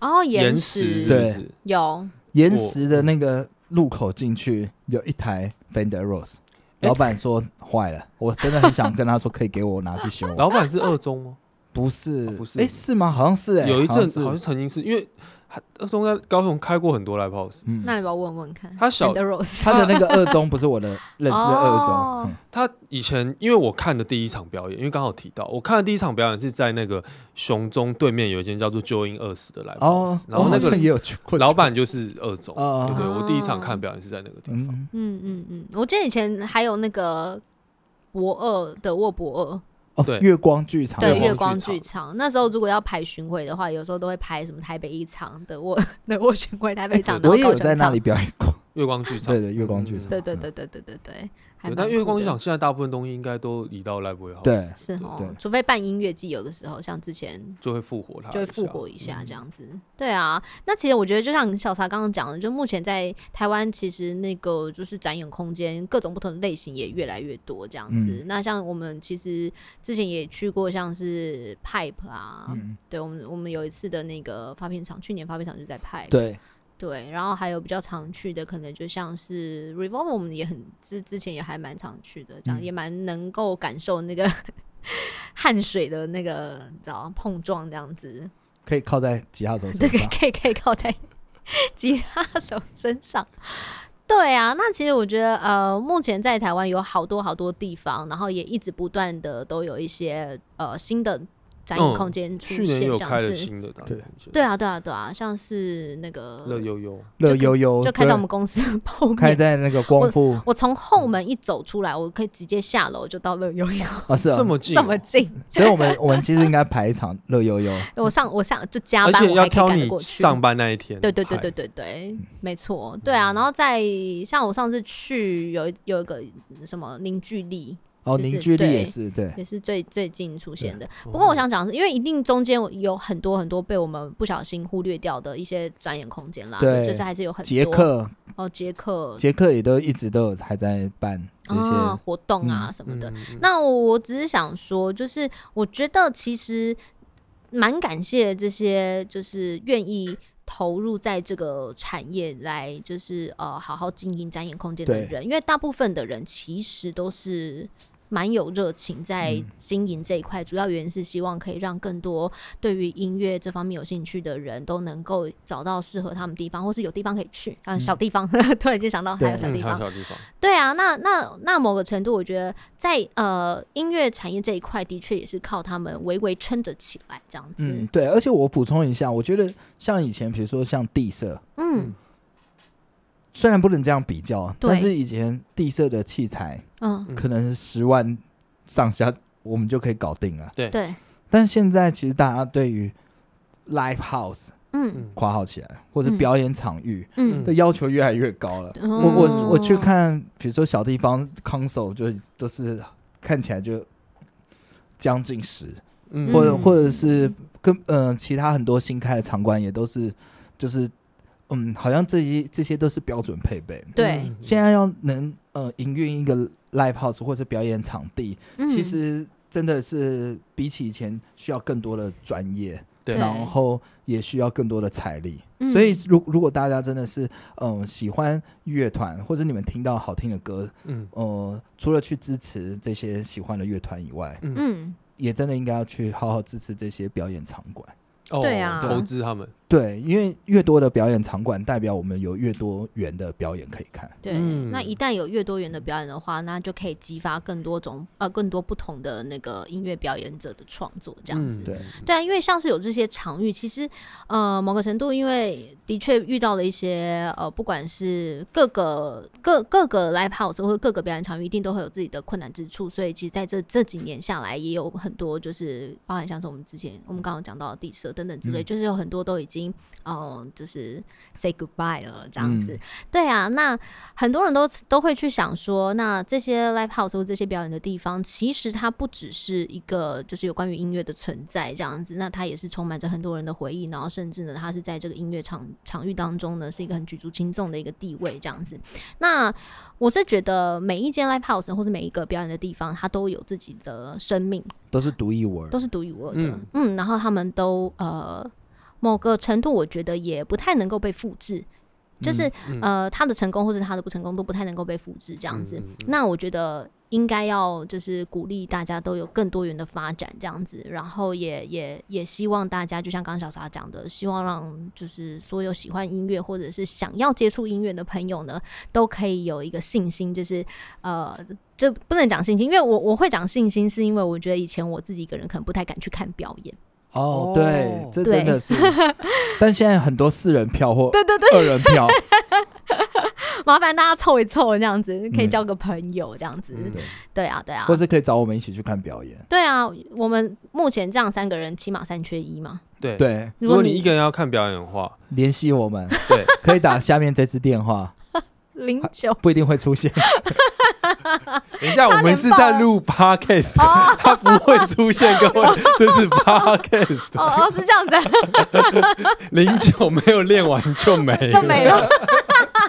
Speaker 3: 哦，
Speaker 1: 岩
Speaker 3: 石
Speaker 1: 石
Speaker 2: 对
Speaker 1: 是不是
Speaker 3: 有，
Speaker 2: 岩石的那个入口进去有一台 Fender Rose，
Speaker 1: 哎
Speaker 2: 老板说坏了，我真的很想跟他说可以给我拿
Speaker 1: <laughs>
Speaker 2: 去修，
Speaker 1: 老板是二中吗？
Speaker 2: 不是
Speaker 1: 哦不是
Speaker 2: 哎是吗？好像是哎，
Speaker 1: 有一阵
Speaker 2: 是
Speaker 1: 好像曾经是因为他二中在高雄开过很多 live house，
Speaker 2: 嗯
Speaker 3: 那你帮我问问看。
Speaker 1: 他小
Speaker 3: Fender Rose，
Speaker 2: 他的那个二中不是我的认识的二
Speaker 3: 哦
Speaker 2: 中，嗯
Speaker 1: 他以前因为我看的第一场表演，因为刚好提到，我看的第一场表演是在那个熊中对面有一间叫做旧音二十的 live house，、
Speaker 2: 哦，
Speaker 1: 然后那
Speaker 2: 我好
Speaker 1: 个
Speaker 2: 像也有去过
Speaker 1: 老板就是二中，
Speaker 2: 哦
Speaker 1: 对对，
Speaker 3: 哦
Speaker 1: 我第一场看表演是在那个地方，
Speaker 2: 嗯，
Speaker 3: 嗯嗯嗯，我记得以前还有那个博二的沃博二，
Speaker 2: 哦
Speaker 1: 对，
Speaker 2: 月光剧场
Speaker 3: 对
Speaker 1: 对
Speaker 3: 月
Speaker 1: 月
Speaker 3: 光
Speaker 1: 光剧
Speaker 3: 剧场，那时候如果要排巡回的话，有时候都会排什么台北一场的我 <laughs> 的我巡回台北场，然
Speaker 2: 哎我
Speaker 3: 后
Speaker 2: 也
Speaker 3: 高
Speaker 2: 有
Speaker 3: 雄
Speaker 2: 在那
Speaker 3: 场
Speaker 2: 里。表演过，
Speaker 1: 月光剧场。
Speaker 2: 对对，月光剧场，
Speaker 3: 对对
Speaker 2: 嗯
Speaker 3: 对对对对对，还
Speaker 1: 对，
Speaker 3: 蛮
Speaker 1: 但月光
Speaker 3: 酷
Speaker 1: 剧
Speaker 3: 的
Speaker 1: 场现在大部分东西应该都移到 live house，
Speaker 2: 对，
Speaker 3: 是哦
Speaker 2: 对，
Speaker 3: 除非办音乐季，有的时候像之前
Speaker 1: 就会复活它一下，
Speaker 3: 就会复活一
Speaker 2: 嗯
Speaker 3: 下这样子。对啊，那其实我觉得就像小茶刚刚讲的，就目前在台湾，其实那个就是展演空间各种不同的类型也越来越多这样子。
Speaker 2: 嗯
Speaker 3: 那像我们其实之前也去过，像是 Pipe 啊，
Speaker 2: 嗯
Speaker 3: 对我们我们有一次的那个发片场，去年发片场就在 Pipe，
Speaker 2: 对，
Speaker 3: 对然后还有比较常去的，可能就像是 Revolver，我们也很之之前也还蛮常去的，这样、
Speaker 2: 嗯
Speaker 3: 也蛮能够感受那个 <laughs> 汗水的那个，你知道碰撞这样子，
Speaker 2: 可以靠在吉他手
Speaker 3: 对，
Speaker 2: 身
Speaker 3: 可以
Speaker 2: 上。
Speaker 3: 可以可以靠在 <laughs> 吉他手身上。对啊，那其实我觉得，呃，目前在台湾有好多好多地方，然后也一直不断的都有一些呃新的展演
Speaker 1: 嗯
Speaker 3: 空间出
Speaker 1: 去年
Speaker 3: 现，
Speaker 1: 有
Speaker 3: 这样
Speaker 1: 开了
Speaker 3: 子。
Speaker 1: 新的打
Speaker 2: 对
Speaker 3: 对啊，对啊，对啊，像是那个
Speaker 1: 乐悠悠，
Speaker 2: <laughs> 乐悠悠
Speaker 3: 就开在
Speaker 2: 对
Speaker 3: 我们公司后
Speaker 2: 开
Speaker 3: 面。
Speaker 2: 在那个光复
Speaker 3: 我从后
Speaker 1: 嗯
Speaker 3: 门一走出来，我可以直接下楼就到乐悠悠，
Speaker 2: 啊，是啊
Speaker 1: 这，么近
Speaker 3: 这
Speaker 1: 哦，
Speaker 3: 么近。
Speaker 2: 所以我们我们其实应该排一场乐悠悠。
Speaker 3: 我上我上就加
Speaker 1: 而
Speaker 3: 班，
Speaker 1: 且
Speaker 3: 我还
Speaker 1: 要
Speaker 3: 可以
Speaker 1: 挑
Speaker 3: 赶得
Speaker 1: 你
Speaker 3: 过去。
Speaker 1: 上班那一天。
Speaker 3: 对对对对
Speaker 1: 嗨，
Speaker 3: 对对，
Speaker 2: 嗯
Speaker 3: 没错，对啊。然后在像我上次去有一有一个什么凝聚力，<laughs>
Speaker 2: 哦，
Speaker 3: 就是
Speaker 2: 凝聚力
Speaker 3: 对
Speaker 2: 也是对，
Speaker 3: 也是最最近出现的。
Speaker 1: 不
Speaker 3: 不过
Speaker 2: 哦
Speaker 3: 我想讲的是，因为一定中间有很多很多被我们不小心忽略掉的一些展演空间啦，
Speaker 2: 对
Speaker 3: 就是还是有很多
Speaker 2: 捷克
Speaker 3: 哦捷克
Speaker 2: 捷克也都一直都有还在办这些，
Speaker 3: 啊活动啊什么的。，
Speaker 1: 嗯
Speaker 3: 那我我只是想说，就是我觉得其实蛮感谢这些，就是愿意投入在这个产业来，就是呃好好经营展演空间的
Speaker 2: 对
Speaker 3: 人，因为大部分的人其实都是。蛮有热情在
Speaker 2: 嗯
Speaker 3: 经营这一块，主要原因是希望可以让更多对于音乐这方面有兴趣的人都能够找到适合他们地方，或是有地方可以去啊、
Speaker 2: 嗯
Speaker 3: 小地方。 <laughs> 突然间想到还有
Speaker 2: 对
Speaker 3: 小地
Speaker 1: 嗯还
Speaker 3: 方
Speaker 1: 有，小地方，
Speaker 3: 对啊，那那那某个程度，我觉得在呃音乐产业这一块，的确也是靠他们微微撑着起来这样子。
Speaker 2: 嗯，对。而且我补充一下，我觉得像以前，比如说像地社，
Speaker 3: 嗯
Speaker 2: 虽然不能这样比较，啊
Speaker 3: 对
Speaker 2: 但是以前地社的器材
Speaker 3: 嗯，
Speaker 1: 嗯
Speaker 2: 可能十万上下，我们就可以搞定了。
Speaker 3: 对，
Speaker 2: 但现在其实大家对于 live house
Speaker 3: 嗯
Speaker 1: 嗯，
Speaker 2: 括号起来，或者
Speaker 3: 嗯
Speaker 2: 表演场域
Speaker 3: 嗯。哦
Speaker 2: 的要求越来越高了。
Speaker 3: 我
Speaker 2: 我我我去，看，比如说小地方 console 就都是看起来就将近十，
Speaker 1: 嗯
Speaker 2: 或者
Speaker 3: 嗯
Speaker 2: 或者是跟呃其他很多新开的场馆也都是就是嗯，好像这些这些都是标准配备。
Speaker 3: 对，
Speaker 2: 嗯现在要能呃营运一个 live house 或是表演场地，
Speaker 3: 嗯
Speaker 2: 其实真的是比起以前需要更多的专业，
Speaker 1: 对
Speaker 2: 然后也需要更多的财力。
Speaker 3: 嗯
Speaker 2: 所以如如果大家真的是嗯喜欢乐团，或者你们听到好听的歌，
Speaker 1: 嗯
Speaker 2: 呃，除了去支持这些喜欢的乐团以外，
Speaker 1: 嗯
Speaker 3: 嗯，
Speaker 2: 也真的应该要去好好支持这些表演场馆。
Speaker 1: 哦
Speaker 3: 对啊
Speaker 1: 投资他们，
Speaker 2: 对，因为越多的表演场馆，代表我们有越多元的表演可以看。
Speaker 3: 对。
Speaker 1: 嗯
Speaker 3: 那一旦有越多元的表演的话，那就可以激发更多种呃更多不同的那个音乐表演者的创作这样子。
Speaker 1: 嗯
Speaker 2: 对
Speaker 3: 对啊，因为像是有这些场域，其实呃，某个程度，因为的确遇到了一些呃，不管是各个各各个 live house 或者各个表演场域，一定都会有自己的困难之处，所以其实在这这几年下来，也有很多就是包含像是我们之前我们刚刚讲到的地设等等之类，
Speaker 2: 嗯
Speaker 3: 就是有很多都已经呃，就是 say goodbye 了这样
Speaker 2: 嗯
Speaker 3: 子。对啊，那很多人都都会去想说，那这些 live house 或这些表演的地方，其实它不只是一个就是有关于音乐的存在这样子，那它也是充满着很多人的回忆，然后甚至呢，它是在这个音乐场场域当中呢，是一个很举足轻重的一个地位这样子。那我是觉得每一间 live house 或者每一个表演的地方，它都有自己的生命，
Speaker 2: 都是独一无二
Speaker 3: 都。是独一无二的。嗯
Speaker 1: 嗯
Speaker 3: 然后他们都呃某个程度，我觉得也不太能够被复制，就是、
Speaker 1: 嗯
Speaker 3: 呃他的成功或者他的不成功都不太能够被复制这
Speaker 1: 这
Speaker 3: 样子。，
Speaker 1: 嗯嗯
Speaker 3: 那我觉得应该要就是鼓励大家都有更多元的发展这样子，然后也也也希望大家就像刚刚小傻讲的，希望让就是所有喜欢音乐或者是想要接触音乐的朋友呢，都可以有一个信心，就是呃。这不能讲信心，因为我我会讲信心，是因为我觉得以前我自己一个人可能不太敢去看表演。
Speaker 2: 哦
Speaker 1: 哦，
Speaker 2: 对，这
Speaker 3: 对
Speaker 2: 真的是。但现在很多四人票或 <laughs> 对对对二人票，
Speaker 3: 麻烦大家凑一凑，这样子可以交个朋友，这样子。
Speaker 1: 嗯
Speaker 2: 对
Speaker 3: 对啊，对啊，
Speaker 2: 或是可以找我们一起去看表演。
Speaker 3: 对啊。我们目前这样三个人，起码三缺一嘛。
Speaker 1: 对。
Speaker 2: 对，
Speaker 1: 如果你一个人要看表演的话，
Speaker 2: 联系我们
Speaker 3: <laughs>
Speaker 1: 对，
Speaker 2: 可以打下面这支电话，
Speaker 3: 零九
Speaker 2: 不一定会出现。
Speaker 1: 等一下我们是在录 podcast，它
Speaker 3: 哦
Speaker 1: <laughs> 不会出现，各位，这
Speaker 3: <laughs>
Speaker 1: 是 podcast，
Speaker 3: 哦哦，是这样子
Speaker 2: <laughs>
Speaker 3: 啊，
Speaker 1: 零九没有练完就没
Speaker 3: <laughs> 就没了。OK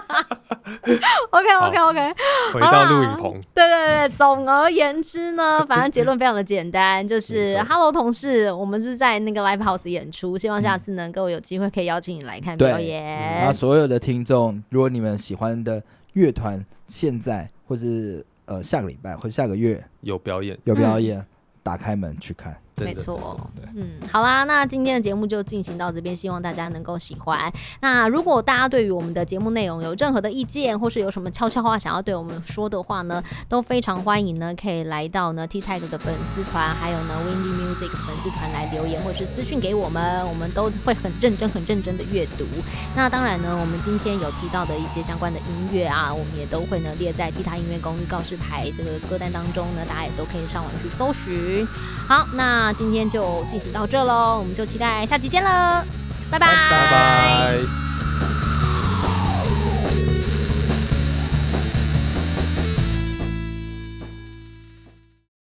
Speaker 3: <laughs> OK
Speaker 2: <laughs>
Speaker 3: OK，
Speaker 1: 回到录影棚，
Speaker 3: 对对对，总而言之呢，反正结论非常的简单，
Speaker 2: <laughs>
Speaker 3: 就是
Speaker 1: 没错
Speaker 3: Hello 同事，我们是在那个 Live House 演出，希望下次能够有机会可以邀请你来看
Speaker 2: 嗯
Speaker 3: 表
Speaker 2: 对嗯然后
Speaker 3: 演。
Speaker 2: 所有的听众，如果你们喜欢的乐团现在或是呃下个礼拜或下个月
Speaker 1: 有表演，
Speaker 2: 有表演，打开门去看。
Speaker 1: 对
Speaker 3: 没
Speaker 1: 对
Speaker 3: 错
Speaker 2: 对，
Speaker 3: 嗯，好啦，那今天的节目就进行到这边，希望大家能够喜欢。那如果大家对于我们的节目内容有任何的意见，或是有什么悄悄话想要对我们说的话呢，都非常欢迎呢，可以来到呢 T Tag 的粉丝团，还有呢 Windy Music 粉丝团来留言，或是私讯给我们，我们都会很认真、很认真的阅读。那当然呢，我们今天有提到的一些相关的音乐啊，我们也都会呢列在 T 他音乐公寓告示牌这个歌单当中呢，大家也都可以上网去搜寻。好，那今天就进行到这喽，我们就期待下集见了，拜拜
Speaker 1: 拜拜。